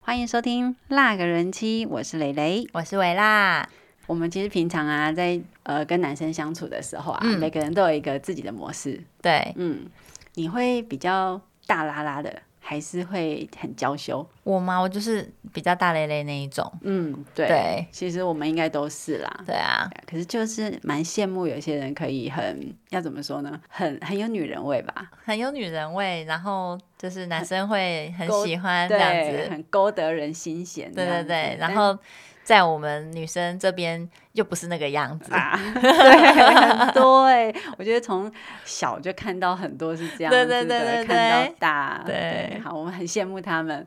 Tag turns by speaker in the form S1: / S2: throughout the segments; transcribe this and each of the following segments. S1: 欢迎收听《辣个人妻》，我是蕾蕾。
S2: 我是维拉，
S1: 我们其实平常啊，在呃跟男生相处的时候啊，
S2: 嗯
S1: 每个人都有一个自己的模式。
S2: 对
S1: 嗯，你会比较大拉拉的，还是会很娇羞？
S2: 我嘛，我就是比较大咧咧那一种，
S1: 嗯，对。
S2: 对
S1: 其实我们应该都是啦。
S2: 对啊，
S1: 可是就是蛮羡慕有些人可以很要怎么说呢，很很有女人味吧，
S2: 很有女人味，然后就是男生会很
S1: 勾
S2: 喜欢这样
S1: 对，
S2: 子，
S1: 很勾得人心弦这
S2: 对
S1: 样
S2: 对
S1: 子。
S2: 对，然
S1: 但
S2: 后在我们女生这边又不是那个样 子，
S1: 啊，对，对，我觉得从小就看到很多是这样子
S2: 对
S1: 的，
S2: 对对对
S1: 看到
S2: 对
S1: 大，
S2: 对
S1: 好，我们很羡慕他们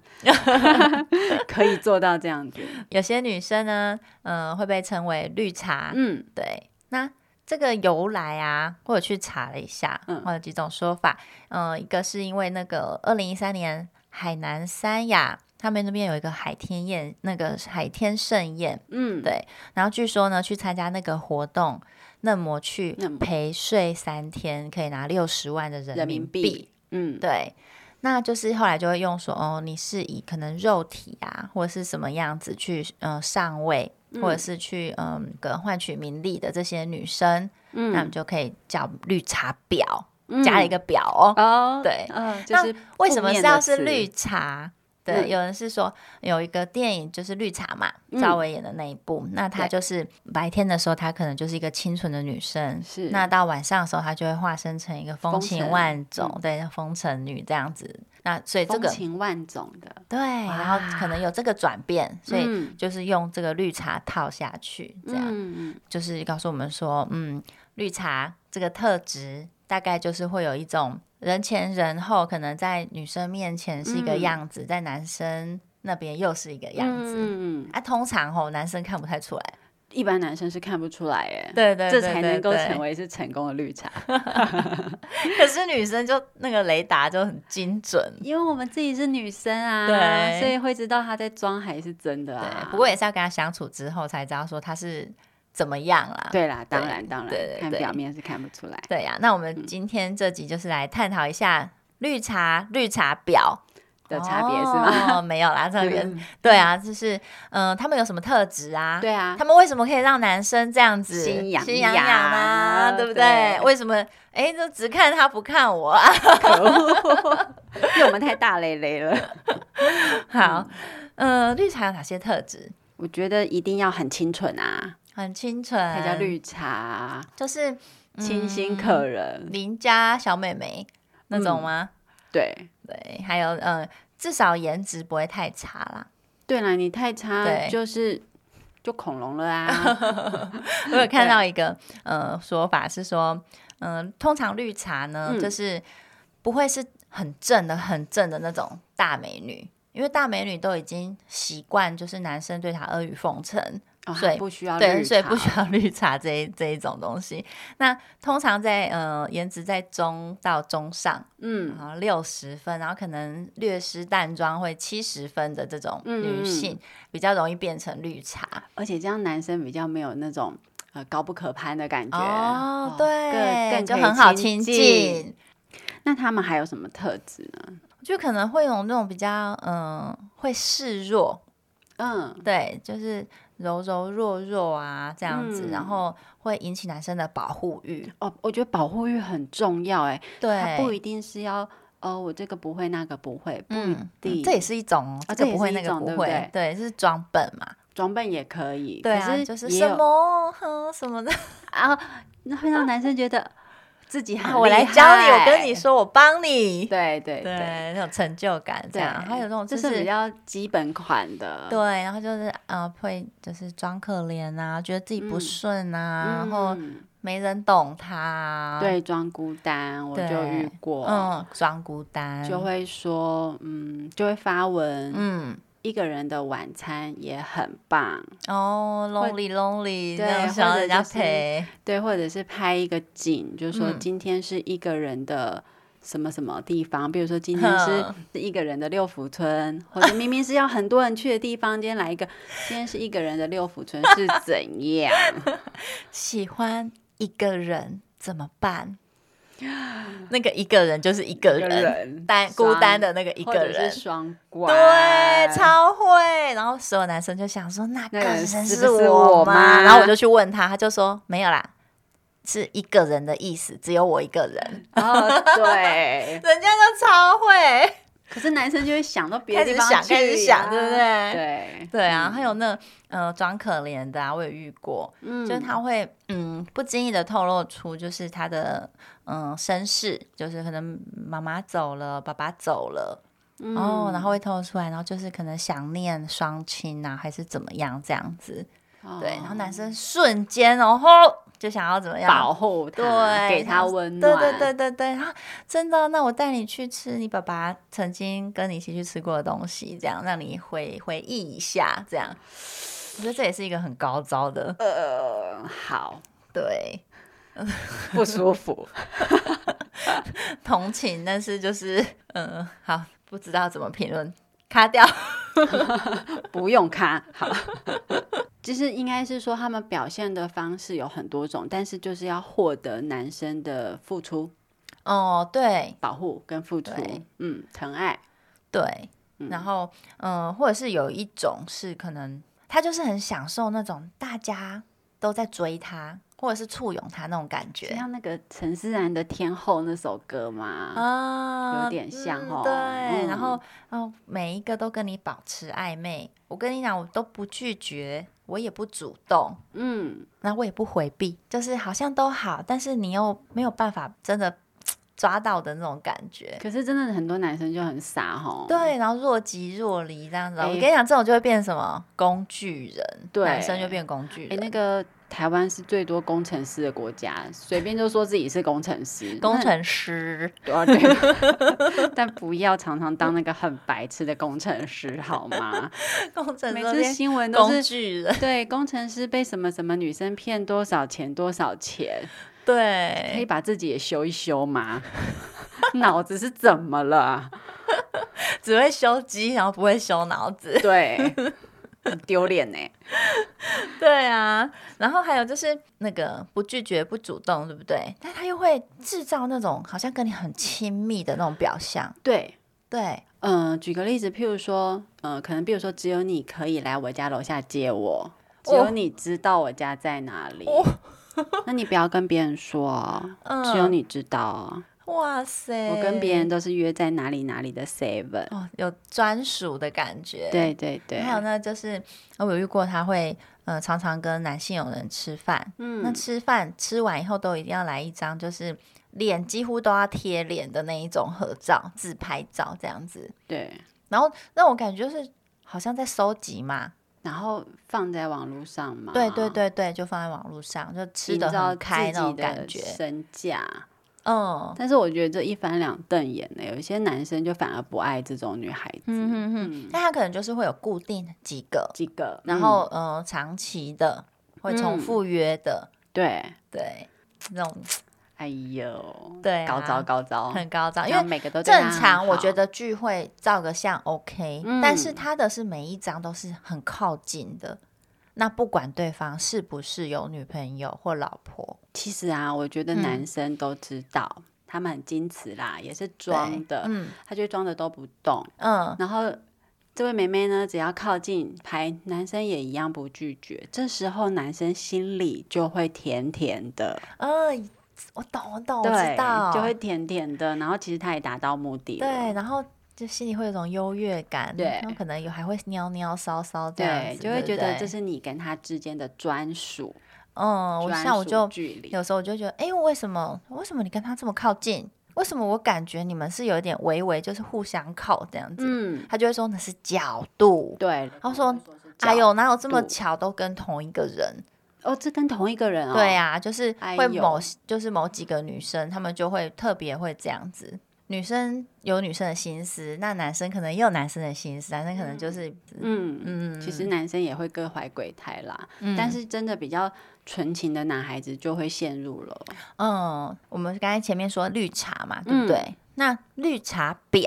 S1: 可以做到这样子，
S2: 有些女生呢，嗯、会被称为绿茶，
S1: 嗯
S2: 对，那这个由来啊，我有去查了一下，
S1: 嗯
S2: 我有几种说法。嗯、一个是因为那个二零一三年海南三亚他们那边有一个海天宴，那个海天盛宴，
S1: 嗯，
S2: 对。然后据说呢，去参加那个活动，嫩模去
S1: 嫩模
S2: 陪睡三天，可以拿六十万的人
S1: 人
S2: 民
S1: 民
S2: 币。
S1: 币，嗯，
S2: 对，那就是后来就会用说，哦，你是以可能肉体啊，或者是什么样子去呃上位，或者是去嗯、个换取名利的这些女生，
S1: 嗯，
S2: 那我们就可以叫绿茶婊，
S1: 嗯
S2: 加了一个婊哦。
S1: 哦，
S2: 对
S1: 嗯，就
S2: 那
S1: 是
S2: 为
S1: 负
S2: 什么
S1: 面
S2: 是
S1: 的
S2: 要是
S1: 词
S2: 绿？茶？对，
S1: 嗯
S2: 有人是说有一个电影就是《绿茶》嘛，
S1: 嗯
S2: 赵薇演的那一部，那她就是白天的时候，她可能就是一个清纯的女生，
S1: 是
S2: 那到晚上的时候，她就会化身成一个风
S1: 风
S2: 情
S1: 尘嗯
S2: 万种，对，风尘女这样子。那所以这
S1: 风
S2: 个
S1: 情万种的，
S2: 对，然后可能有这个转变，所以
S1: 嗯
S2: 就是用这个绿茶套下去，这样、
S1: 嗯嗯
S2: 就是告诉我们说，嗯，绿茶这个特质大概就是会有一种人前人后，可能在女生面前是一个
S1: 嗯
S2: 样子，在男生那边又是一个样子。
S1: 嗯嗯嗯，
S2: 啊，通常吼男生看不太出来，
S1: 一般男生是看不出来耶，
S2: 对对
S1: 这才能够
S2: 对
S1: 成为是成功的绿茶。
S2: 可是女生就那个雷达就很精准，
S1: 因为我们自己是女生啊，
S2: 对
S1: 所以会知道她在装还是真的啊。
S2: 对。不过也是要跟他相处之后才知道说他是怎么样啦。
S1: 对啦，当然当然，
S2: 啊对对
S1: 看
S2: 对
S1: 表面是看不出来。
S2: 对呀、啊那我
S1: 嗯
S2: 们今天这集就是来探讨一下绿茶绿茶婊
S1: 的差别是 吗？
S2: 哦，没有啦，特别
S1: 嗯
S2: 对啊，就是嗯、呃他们有什么特质啊？、
S1: 对啊
S2: 他，们为什么可以让男生这样子
S1: 心痒
S2: 心痒痒啊？
S1: 痒
S2: 对不对？
S1: 对
S2: 为什么哎，就只看他不看我啊？
S1: 可恶，因为我们太大累累了。嗯
S2: 好，呃，绿茶有哪些特质？
S1: 我觉得一定要很清纯啊，
S2: 很清纯，
S1: 才叫，绿茶，
S2: 就是嗯
S1: 清新可人。嗯
S2: 邻家小妹妹那种吗？
S1: 对
S2: 对，还有呃，至少颜值不会太差 啦。
S1: 对啦，你太差
S2: 对
S1: 就是就恐龙了啊。
S2: 我有看到一个呃说法是说，嗯、通常绿茶呢，
S1: 嗯
S2: 就是不会是很正的、很正的那种大美女，因为大美女都已经习惯就是男生对她阿谀奉承，
S1: 哦
S2: 所以
S1: 不需要
S2: 对，
S1: 绿
S2: 所以
S1: 茶
S2: 不需要绿茶这一这一种东西。那通常在呃颜值在中到中上，
S1: 嗯
S2: 然后呃六十分，然后可能略施淡妆会七十分的这种
S1: 嗯嗯
S2: 女
S1: 嗯
S2: 性，比较容易变成绿茶。
S1: 而且这样男生比较没有那种呃高不可攀的感觉
S2: 哦，
S1: 更
S2: 对，
S1: 更
S2: 就
S1: 可以
S2: 很好
S1: 亲
S2: 亲
S1: 近。
S2: 近。
S1: 那他们还有什么特质呢？
S2: 就可能会有那种比较，嗯，会示弱，
S1: 嗯，
S2: 对，就是柔柔弱弱啊这样子，
S1: 嗯
S2: 然后会引起男生的保护欲，
S1: 哦，我觉得保护欲很重要，哎，它不
S2: 对，
S1: 一定是要哦，我这个不会，那个不会，不一
S2: 嗯，
S1: 定，
S2: 嗯这也是一种哦，
S1: 啊
S2: 这
S1: 这也
S2: 个不会
S1: 是一
S2: 那个
S1: 种
S2: 不
S1: 对不
S2: 会，对，是装笨嘛，
S1: 装笨也可以，
S2: 对
S1: 可
S2: 啊，
S1: 是
S2: 就是
S1: 也
S2: 什
S1: 有
S2: 么哼什么的，
S1: 啊，那会让男生觉得自己很
S2: 啊我来
S1: 厉
S2: 教你，我跟
S1: 害
S2: 你，说，我帮你，
S1: 对对
S2: 对
S1: 对，，
S2: 那种成就感这
S1: 对
S2: 样，还有那种就
S1: 这
S2: 是
S1: 是比较基本款的，
S2: 对，然后就是呃，会就是装可怜啊，觉得自己不
S1: 嗯
S2: 顺啊，然后
S1: 嗯，
S2: 没人懂他、啊，，
S1: 对，装孤单我就
S2: 对
S1: 遇过，
S2: 嗯，装孤单，
S1: 就会说，嗯，就会发文，
S2: 嗯，
S1: 一个人的晚餐也很棒，
S2: 哦
S1: 或
S2: ，lonely lonely，
S1: 对
S2: 那种
S1: 或
S2: 想要
S1: 者
S2: 人家
S1: 就是
S2: 陪，
S1: 对，或者是拍一个景，就说
S2: 嗯
S1: 今天是一个人的什么什么地方，比如说今天是
S2: 哼
S1: 是一个人的六福村，或者明明是要很多人去的地方，今天来一个，今天是一个人的六福村是怎样？
S2: 喜欢一个人怎么办？ 那个一个人就是一个
S1: 一个
S2: 人，
S1: 人
S2: 单孤单的那个一
S1: 或
S2: 个
S1: 者
S2: 人
S1: 是，双关，
S2: 对，超会。然后所有男生就想说，啊那个
S1: 那个
S2: 人
S1: 人是
S2: 是
S1: 不是我
S2: 吗？
S1: 吗
S2: 然后我就去问他，他就说没有啦，是一个人的意思，只有我一个人。
S1: 哦对。
S2: 人家就超会，
S1: 可是男生就会想到别的地方去、啊
S2: 开始想开始想对不对
S1: 对
S2: 啊对啊，还有那呃装可怜的啊，我也遇过，
S1: 嗯
S2: 就是他会嗯不经意的透露出就是他的嗯身世，就是可能妈妈走了，爸爸走了，
S1: 嗯
S2: 哦，然后会透露出来，然后就是可能想念双亲啊，还是怎么样这样子，
S1: 哦
S2: 对，然后男生瞬间然后就想要怎么样
S1: 保护他，
S2: 对，
S1: 给他温
S2: 对
S1: 暖，
S2: 对对对对，啊，真的，那我带你去吃你爸爸曾经跟你一起去吃过的东西，这样让你回回忆一下，这样，我觉得这也是一个很高招的，
S1: 呃，好，
S2: 对，
S1: 不舒服，
S2: 同情，但是就是，嗯，好，不知道怎么评论，卡掉，
S1: 不用看好。 其实应该是说，他们表现的方式有很多种，但是就是要获得男生的付出、
S2: 哦，对
S1: 保护跟付出
S2: 对，
S1: 嗯，疼爱，
S2: 对，然后，嗯，或者是有一种是可能他就是很享受那种大家都在追他，或者是簇拥他那种感
S1: 就
S2: 觉，
S1: 像那个陈思然的《天后》那首歌嘛，
S2: 啊，
S1: 有点像
S2: 嗯
S1: 哦
S2: 对，
S1: 嗯
S2: 然后哦，每一个都跟你保持暧昧。我跟你讲，我都不拒绝，我也不主动，
S1: 嗯，
S2: 那我也不回避，就是好像都好，但是你又没有办法真的抓到的那种感觉。
S1: 可是真的很多男生就很傻吼，
S2: 对，然后若即若离这样子，啊
S1: 哎
S2: 我跟你讲，这种就会变什么工具人，
S1: 对
S2: 男生就变工具
S1: 哎、
S2: 人，
S1: 那个台湾是最多工程师的国家，随便就说自己是工程师，
S2: 工程师。
S1: 那啊对， 但不要常常当那个很白痴的工程师好 吗？
S2: 工程
S1: 每
S2: 师
S1: 次
S2: 变
S1: 新闻都
S2: 工
S1: 是。
S2: 具人，
S1: 对，工程师被什么什么女生骗多少钱多少钱，可以
S2: 对，
S1: 把自己也修一修吗？ 脑子是怎么了？啊
S2: 只会修机，然后不会修脑子。
S1: 对，很丢脸呢。
S2: 对啊，然后还有就是那个不拒绝、不主动，对不对？但他又会制造那种好像跟你很亲密的那种表象，
S1: 对，
S2: 对，
S1: 嗯、举个例子，譬如说，呃，可能比如说，只有你可以来我家楼下接我，只有
S2: 哦
S1: 你知道我家在哪里。
S2: 哦
S1: 那你不要跟别人说哦，
S2: 嗯
S1: 只有你知道哦。
S2: 哇塞，
S1: 我跟别人都是约在哪里哪里的 seven。
S2: 哦有专属的感觉，。
S1: 对对对，
S2: 还有呢，就是呃我有遇过他会呃常常跟男性友人吃饭，那
S1: 嗯，
S2: 吃饭吃完以后都一定要来一张，就是脸几乎都要贴脸的那一种合照、自拍照这样子。
S1: 对，
S2: 然后让我感觉就是好像在收集嘛，
S1: 然后放在网络上嘛，
S2: 对对，对对，就放在网络上，就吃
S1: 营
S2: 的
S1: 造
S2: 很开
S1: 自
S2: 那
S1: 己
S2: 种感
S1: 的
S2: 觉。
S1: 身价。
S2: 嗯
S1: 但是我觉得这一翻两瞪眼呢，有一些男生就反而不爱这种女孩
S2: 嗯
S1: 子。
S2: 嗯嗯，但他可能就是会有固定几个，
S1: 几个，
S2: 然
S1: 嗯
S2: 后呃长期的，会重
S1: 嗯哦
S2: 复约的，
S1: 对，
S2: 对，那种
S1: 哎呦，
S2: 对啊
S1: 高招高招，
S2: 很高涨，因
S1: 然后
S2: 为。
S1: 每个都对他
S2: 正常，
S1: 很
S2: 我
S1: 好
S2: 觉得聚会照个相 OK，、
S1: 嗯
S2: 但是他的是每一张都是很靠近的，那不管对方是不是有女朋友或老婆，
S1: 其实啊，我觉得
S2: 嗯
S1: 男生都知道，他们很矜持啦，也是装
S2: 对
S1: 的，
S2: 嗯
S1: 他就装的都不动。
S2: 嗯，
S1: 然后这位妹妹呢，只要靠近拍，男生也一样不拒绝。这时候男生心里就会甜甜的，
S2: 呃，我懂，哦我懂，我
S1: 对
S2: 知道，，
S1: 就会甜甜的。然后其实他也达到目的
S2: 对，
S1: 了。
S2: 然后就心里会有种优越感，
S1: 对
S2: 然后可能有还会喵喵骚骚这样
S1: 对，
S2: 子，
S1: 就会
S2: 不
S1: 觉得这
S2: 对
S1: 是你跟他之间的专属，
S2: 嗯，我
S1: 专
S2: 像我
S1: 属
S2: 就
S1: 距离，
S2: 有时候我就觉得，哎，为什么为什么你跟他这么靠近？为什么我感觉你们是有一点微微就是互相靠这样子？
S1: 嗯，
S2: 他就会说那是角度，
S1: 对。
S2: 他说
S1: 是
S2: 哎呦，哪有这么
S1: 度
S2: 巧都跟同一个人？
S1: 哦，这跟同一个人哦，
S2: 对呀、就是
S1: 哎
S2: 会
S1: 呦
S2: 某、就是某几个女生，她们就会特别会这样子。女生有女生的心思，那男生可能也有男生的心思，男生可能就是
S1: 嗯
S2: 嗯，
S1: 其实男生也会各怀鬼胎啦，
S2: 嗯
S1: 但是真的比较纯情的男孩子就会陷入了。
S2: 嗯，我们刚才前面说绿茶嘛，对不对？那绿茶婊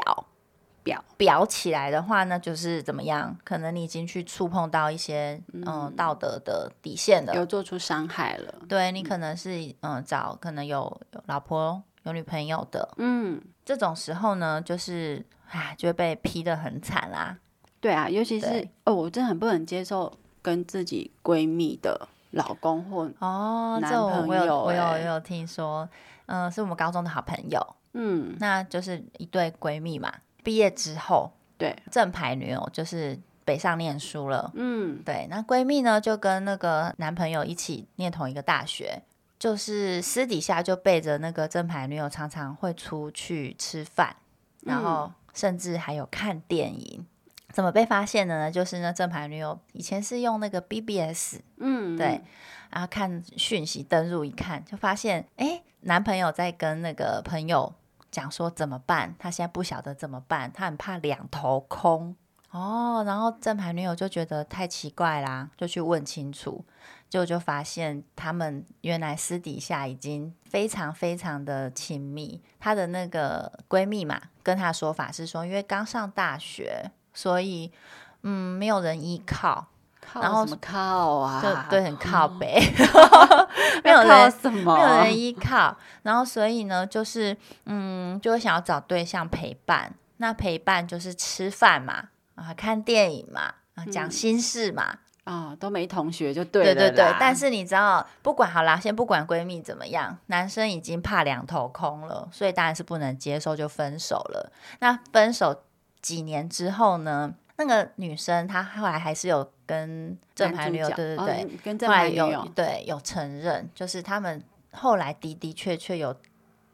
S1: 表
S2: 婊起来的话，那就是怎么样？可能你已经去触碰到一些嗯、道德的底线了。
S1: 有做出伤害了，
S2: 对你可能是嗯、找可能有有老婆有女朋友的
S1: 嗯，
S2: 这种时候呢，就是唉就会被批的很惨啦。
S1: 对啊，尤其是
S2: 对
S1: 哦，我真的很不能接受跟自己闺蜜的老公或
S2: 哦，
S1: 男
S2: 这我我
S1: 朋
S2: 有
S1: 友
S2: 我有我
S1: 欸
S2: 有听说，嗯、是我们高中的好朋友，
S1: 嗯，
S2: 那就是一对闺蜜嘛。毕业之后，
S1: 对，
S2: 正牌女友就是北上念书了，
S1: 嗯，
S2: 对，那闺蜜呢就跟那个男朋友一起念同一个大学，就是私底下就背着那个正牌女友，常常会出去吃饭，然后甚至还有看电影。怎么被发现的呢？就是呢，正牌女友以前是用那个 BBS，
S1: 嗯，
S2: 对，然后看讯息登入一看，就发现哎，诶男朋友在跟那个朋友讲说怎么办，他现在不晓得怎么办，他很怕两头空哦。然后正牌女友就觉得太奇怪啦，就去问清楚，结果就发现他们原来私底下已经非常非常的亲密。她的那个闺蜜嘛，跟她说法是说，因为刚上大学，所以嗯，没有人依靠。
S1: 靠
S2: 然后
S1: 什么靠
S2: 就
S1: 啊？
S2: 对，很靠北， 没
S1: 要
S2: 有
S1: 靠
S2: 人
S1: 什么？
S2: 没有人依靠，然后所以呢，就是嗯，就会想要找对象陪伴。那陪伴就是吃饭嘛，啊，看电影嘛，啊，讲心事嘛，
S1: 啊、都没同学就嗯对
S2: 对
S1: 了
S2: 对对
S1: 啦。
S2: 但是你知道，不管好啦，先不管闺蜜怎么样，男生已经怕两头空了，所以当然是不能接受，就分手了。那分手几年之后呢？那个女生她后来还是有跟正牌女友，
S1: 男主
S2: 对
S1: 角
S2: 对对，
S1: 哦跟
S2: 后
S1: 正
S2: 来
S1: 牌女
S2: 有
S1: 友，
S2: 对有承认，就是他们后来的的确确有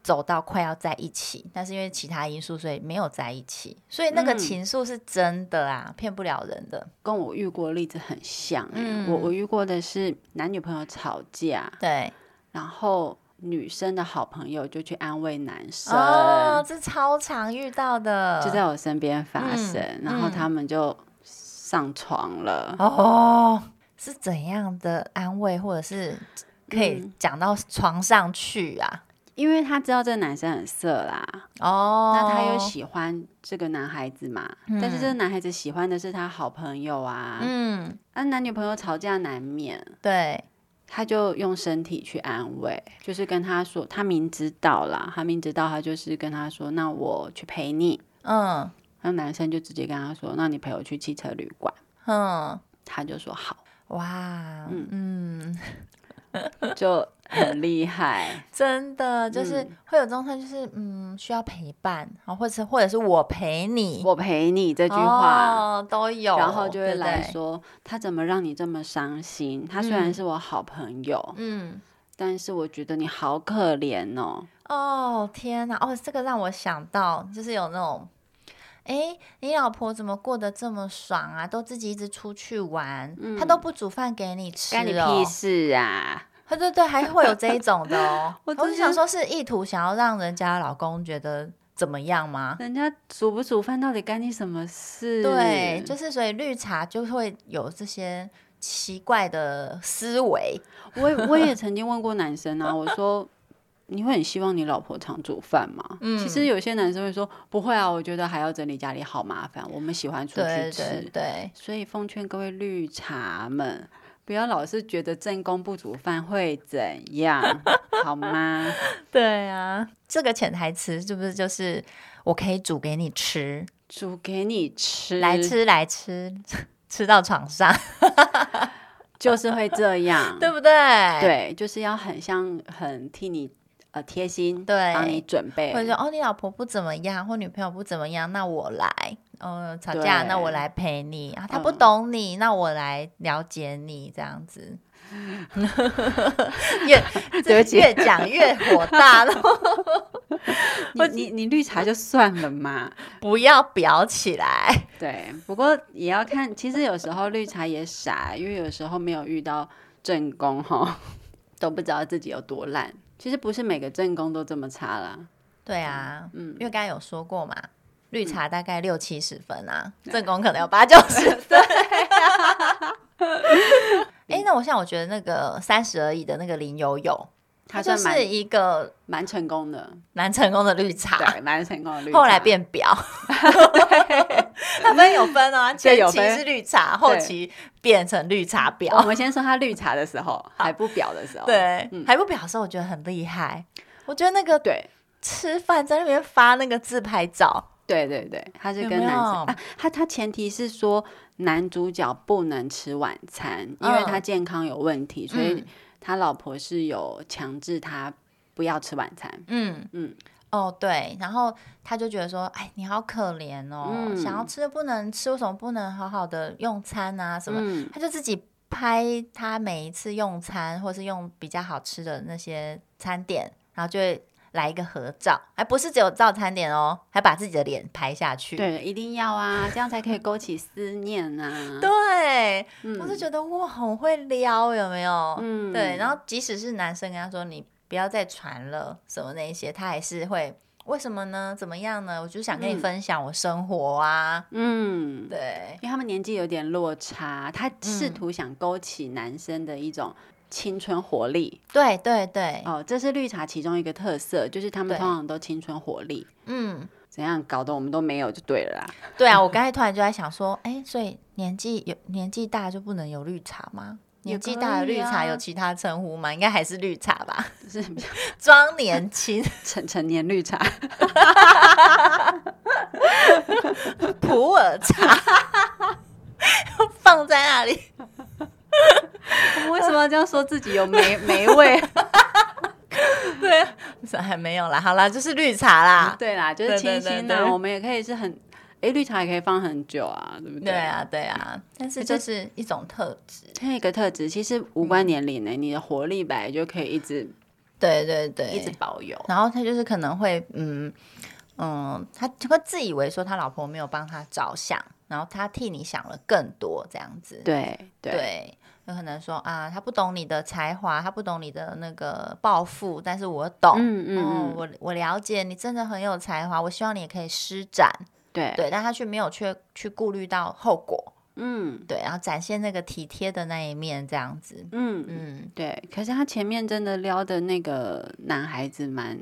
S2: 走到快要在一起，但是因为其他因素，所以没有在一起。所以那个
S1: 嗯
S2: 情愫是真的啊，骗不了人的。
S1: 跟我遇过的例子很像、欸。
S2: 嗯
S1: 我我遇过的是男女朋友吵架，
S2: 对，
S1: 然后女生的好朋友就去安慰男生，
S2: 哦，这超常遇到的，
S1: 就在我身边发
S2: 嗯
S1: 生，然后
S2: 嗯
S1: 他们就上床了。
S2: 哦，是怎样的安慰，或者是可
S1: 嗯
S2: 以讲到床上去啊？
S1: 因为他知道这个男生很色啦，
S2: 哦，
S1: 那他又喜欢这个男孩子嘛，但是这个男孩子喜欢的是他好朋友啊，
S2: 嗯，
S1: 那、男女朋友吵架难免，
S2: 对，
S1: 他就用身体去安慰，就是跟他说，他明知道啦，他明知道，他就是跟他说，那我去陪你。
S2: 嗯
S1: 那男生就直接跟他说，那你陪我去汽车旅馆。
S2: 嗯，
S1: 他就说好，
S2: 哇，嗯。
S1: 就很厉害
S2: 真的就是会有这种状态，就是嗯需要陪伴，啊，或者是或者是我陪你
S1: 我陪你这句话，
S2: 哦、都有，
S1: 然后就会
S2: 对不
S1: 来
S2: 对，
S1: 说他怎么让你这么伤心？他虽
S2: 嗯
S1: 然是我好朋友，
S2: 嗯。
S1: 但是我觉得你好可怜哦。
S2: 哦天哪！哦，这个让我想到，就是有那种，诶，你老婆怎么过得这么爽啊？都自己一直出去玩，她都不煮饭给你
S1: 嗯
S2: 吃、哦，
S1: 干你屁事啊！
S2: 对对对，还会有这一种的哦。
S1: 我
S2: 我就
S1: 真
S2: 想
S1: 是
S2: 说，是意图想要让人家老公觉得怎么样吗？
S1: 人家煮不煮饭到底干你什么事？
S2: 对，就是所以绿茶就会有这些奇怪的思维。
S1: 我也我也曾经问过男生啊，我说你会很希望你老婆常煮饭吗？
S2: 嗯
S1: 其实有些男生会说不会啊，我觉得还要整理家里好麻烦，我们喜欢出去
S2: 对
S1: 吃。
S2: 对对，
S1: 所以奉劝各位绿茶们，不要老是觉得正宫不煮饭会怎样，好吗？
S2: 对啊，这个潜台词是不是就是我可以煮给你吃？
S1: 煮给你吃，
S2: 来吃来吃， 吃到床上，
S1: 就是会这样，
S2: 对不对？对，
S1: 对，就是要很像很替你呃贴心，
S2: 对
S1: 帮你准备，
S2: 或者说哦，你老婆不怎么样，或女朋友不怎么样，那我来。哦，吵架，
S1: 对
S2: 那我来陪你啊。他不
S1: 嗯
S2: 懂你，那我来了解你，这样子。 越
S1: 对不起
S2: 越讲越火大了，
S1: 你你你绿茶就算了嘛，
S2: 不要表起来。
S1: 对，不过也要看，其实有时候绿茶也傻，因为有时候没有遇到正宫哈， 都不知道自己有多烂。其实不是每个正宫都这么差啦，
S2: 对啊，
S1: 嗯
S2: 因为刚才有说过嘛，绿茶大概六七十分啊，正宫可能有八九十 分。 哎、那我像我觉得那个三十而已的那个林有有，
S1: 他
S2: 就
S1: 算蛮
S2: 是一个
S1: 蛮成功的，
S2: 蛮成功的绿茶，
S1: 对，蛮成功的绿茶。
S2: 啊后来变 婊。他们有分哦，
S1: 对
S2: 前
S1: 有
S2: 期
S1: 分
S2: 是绿茶，后
S1: 对哦
S2: 期变成绿茶
S1: 我
S2: 婊。
S1: 们先说他绿茶的时候，还不表的时候，
S2: 哦对，
S1: 嗯
S2: 还不表示我觉得很厉害。我觉得那个
S1: 对
S2: 吃饭在那边发那个自拍照，
S1: 对对对，他是
S2: 有
S1: 跟
S2: 没
S1: 男生
S2: 有
S1: 啊，他他前提是说男主角不能吃晚餐，因为
S2: 嗯
S1: 他健康有问题，所以
S2: 嗯
S1: 他老婆是有强制他不要吃晚餐。
S2: 嗯
S1: 嗯
S2: 嗯，哦对，然后他就觉得说，哎，你好可怜哦，
S1: 嗯
S2: 想要吃就不能吃，为什么不能好好的用餐啊什么？
S1: 嗯，
S2: 他就自己拍他每一次用餐，或是用比较好吃的那些餐点，然后就会来一个合照，还不是只有照餐点哦，还把自己的脸拍下去。
S1: 对，一定要啊，这样才可以勾起思念啊。
S2: 对，
S1: 嗯
S2: 我就觉得哇，很会撩，有没有？
S1: 嗯
S2: 对，然后即使是男生跟他说你不要再传了什么那一些，他还是会为什么呢？怎么样呢？我就想跟你
S1: 嗯
S2: 分享我生活啊，
S1: 嗯。
S2: 对，
S1: 因为他们年纪有点落差，他试
S2: 嗯
S1: 图想勾起男生的一种青春活力、
S2: 对对对，
S1: 哦，这是绿茶其中一个特色，就是他们
S2: 对
S1: 通常都青春活力，
S2: 嗯，
S1: 怎样搞得我们都没有就对了啦。
S2: 对啊，我刚才突然就在想说，哎，所以年纪有年纪大就不能有绿茶吗？
S1: 也
S2: 年纪大的
S1: 可以
S2: 绿
S1: 啊
S2: 茶有其他称呼吗？应该还 是绿茶吧，
S1: 就是比较
S2: 装年轻
S1: 成成年绿茶，
S2: 普洱茶 放在那里。
S1: 我们为什么要这样说自己有霉 霉 味？
S2: 这还没有啦，好啦，就是绿茶啦。
S1: 对啦，就是
S2: 对
S1: 清
S2: 对
S1: 新
S2: 对
S1: 啊，
S2: 对
S1: 我们也可以是很，哎，绿茶也可以放很久啊，对不
S2: 对啊，对啊，但是
S1: 可
S2: 就是是一种特质。
S1: 这个特质其实无关年龄
S2: 嗯
S1: 呢，你的活力本来就可以一直
S2: 对对
S1: 一直
S2: 对，
S1: 保有。
S2: 然后他就是可能会，嗯嗯，他就会自以为说他老婆没有帮他着想，然后他替你想了更多这样子。
S1: 对对
S2: 对，有可能说啊，他不懂你的才华，他不懂你的那个抱负，但是我懂，
S1: 嗯嗯
S2: 哦
S1: 嗯，
S2: 我我了解你真的很有才华，我希望你也可以施展，
S1: 对，
S2: 对，但他却没有去去顾虑到后果，
S1: 嗯
S2: 对，然后展现那个体贴的那一面，这样子，
S1: 嗯嗯，
S2: 嗯
S1: 对。可是他前面真的撩的那个男孩子蛮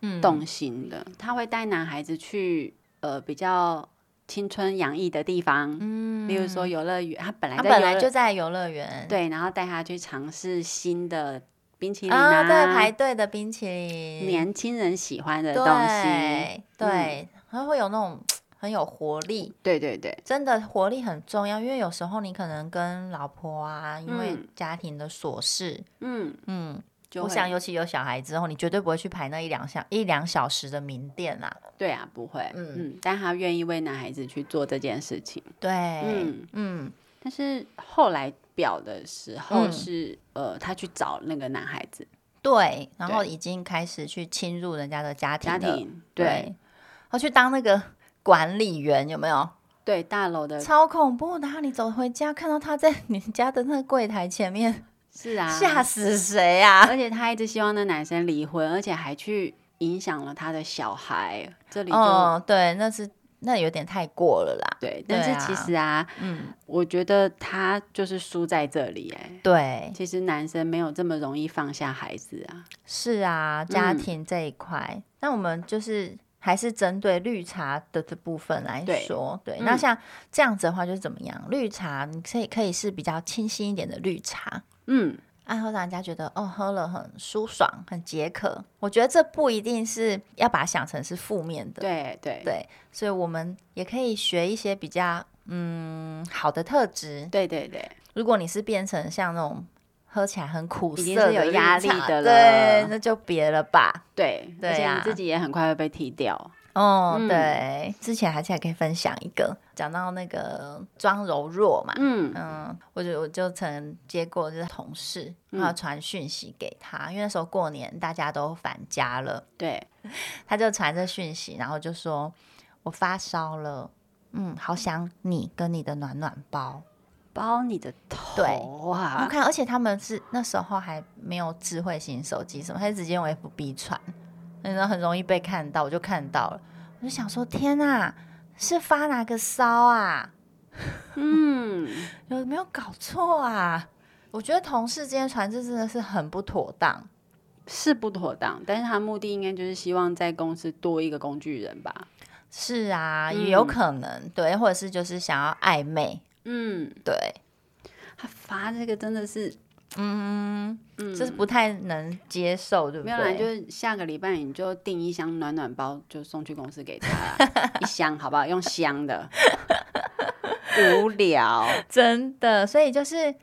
S2: 嗯，
S1: 动心的，他会带男孩子去呃比较青春洋溢的地方，
S2: 嗯
S1: 例如说游乐园，他本来
S2: 他
S1: 在
S2: 本
S1: 游
S2: 来
S1: 乐
S2: 就在游乐园，
S1: 对，然后带他去尝试新的冰淇淋
S2: 啊，
S1: 啊，
S2: 对，排队的冰淇淋，
S1: 年轻人喜欢的
S2: 对
S1: 东西，嗯
S2: 对，他会有那种很有活力，
S1: 对对对
S2: 真的活力很重要，因为有时候你可能跟老婆啊，因为
S1: 嗯
S2: 家庭的琐事，
S1: 嗯，
S2: 嗯，
S1: 就
S2: 我
S1: 会
S2: 想尤其有小孩之后，你绝对不会去排那一两小一两小时的名店啦。
S1: 对啊，不会，
S2: 嗯
S1: 嗯但他愿意为男孩子去做这件事情，
S2: 对，嗯
S1: 嗯，但是后来表的时候
S2: 嗯
S1: 是、呃，他去找那个男孩子
S2: 对，然后
S1: 对
S2: 已经开始去侵入人家的家庭
S1: 家
S2: 了，
S1: 庭，
S2: 对，
S1: 对
S2: 然后去当那个管理员有没有？
S1: 对，大楼的
S2: 超恐怖的！然后你走回家，看到他在你家的那个柜台前面，
S1: 是啊，
S2: 吓死谁啊？
S1: 而且他一直希望那男生离婚，而且还去影响了他的小孩，这里就、
S2: 哦，对，那是那有点太过了啦。
S1: 对，
S2: 对
S1: 但是
S2: 啊
S1: 其实啊
S2: 嗯，
S1: 我觉得他就是输在这里哎、
S2: 对，
S1: 其实男生没有这么容易放下孩子啊，
S2: 是啊，家
S1: 嗯
S2: 庭这一块，那我们就是还是针对绿茶的这部分来
S1: 对
S2: 说，对，
S1: 嗯
S2: 那像这样子的话就是怎么样？绿茶你可以可以是比较清新一点的绿茶。
S1: 嗯，
S2: 啊，会让人家觉得哦，喝了很舒爽，很解渴。我觉得这不一定是要把它想成是负面的，
S1: 对对
S2: 对，所以我们也可以学一些比较嗯好的特质。
S1: 对对对，
S2: 如果你是变成像那种喝起来很苦
S1: 已
S2: 涩
S1: 经
S2: 的
S1: 是有
S2: 绿
S1: 压力
S2: 茶
S1: 的
S2: 对
S1: 了，
S2: 那就别了吧。
S1: 对，
S2: 对
S1: 而且
S2: 啊
S1: 你自己也很快会被踢掉，
S2: 哦，
S1: 嗯
S2: 对，之前还是还可以分享一个，讲到那个装柔弱嘛，
S1: 嗯
S2: 嗯，我就我就曾接过就是同事，
S1: 嗯
S2: 然后传讯息给他，因为那时候过年大家都返家了，
S1: 对，
S2: 他就传这讯息，然后就说我发烧了，嗯，好想你跟你的暖暖包。
S1: 包你的头
S2: 我
S1: 啊，
S2: 看，而且他们是那时候还没有智慧型手机什么，他就直接用 FB 传，然后很容易被看到，我就看到了，我就想说天啊，是发哪个烧啊？
S1: 嗯，
S2: 有没有搞错啊？我觉得同事之间传这真的是很不妥当，
S1: 是不妥当，但是他目的应该就是希望在公司多一个工具人吧。
S2: 是啊，
S1: 嗯
S2: 也有可能对，或者是就是想要暧昧，
S1: 嗯，
S2: 对，
S1: 他罚这个真的是
S2: 嗯，就是不太能接受，对不
S1: 没有啦，就
S2: 对？
S1: 是下个礼拜你就订一箱暖暖包，就送去公司给他啦 一箱，好不好？用香的，无聊。
S2: 真的，所以就是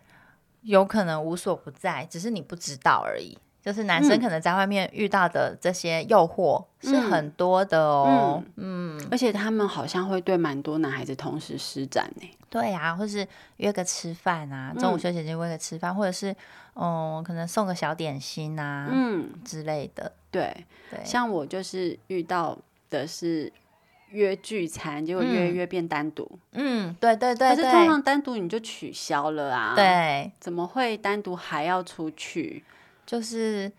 S2: 有可能无所不在，只是你不知道而已。就是男生
S1: 嗯
S2: 可能在外面遇到的这些诱惑是很多的哦，嗯，
S1: 而且他们好像会对蛮多男孩子同时施展呢、
S2: 对啊，或是约个吃饭啊，
S1: 嗯
S2: 中午休息时间约个吃饭，或者是嗯，可能送个小点心啊、
S1: 嗯，
S2: 之类的，
S1: 对，
S2: 对，
S1: 像我就是遇到的是约聚餐，结果约一约变单独，
S2: 嗯，对对对
S1: 可是通
S2: 对
S1: 常单独你就取消了啊。，
S2: 对，
S1: 怎么会单独还要出去？
S2: 就是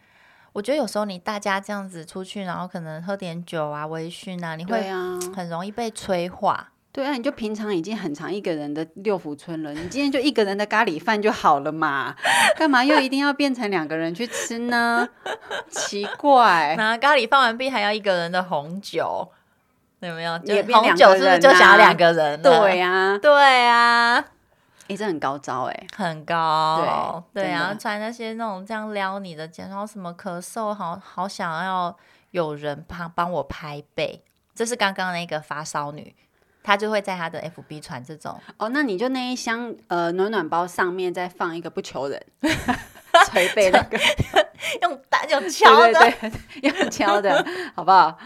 S2: 我觉得有时候你大家这样子出去，然后可能喝点酒啊、微醺啊，你
S1: 对
S2: 会
S1: 啊，
S2: 很容易被催化。
S1: 对啊，你就平常已经很常一个人的六福村了，你今天就一个人的咖喱饭就好了嘛，干嘛又一定要变成两个人去吃呢？ 奇 怪，
S2: 那咖喱放完毕还要一个人的红酒，有没有？就
S1: 也
S2: 是
S1: 变
S2: 红
S1: 两
S2: 酒
S1: 个
S2: 是不是
S1: 人
S2: 就想
S1: 啊
S2: 要两个人了？
S1: 对呀、啊，
S2: 对啊，
S1: 哎、这很高招哎、
S2: 很高，
S1: 对
S2: 对
S1: 真的
S2: 然后穿那些那种这样撩你的肩，然后什么咳嗽，好好想要有人帮帮我拍背。这是刚刚那个发烧女，她就会在她的 FB 传这种。
S1: 哦，那你就那一箱呃暖暖包上面再放一个不求 人，捶背那个，
S2: 用打用敲
S1: 对
S2: 的，
S1: 对对，用敲的好不好？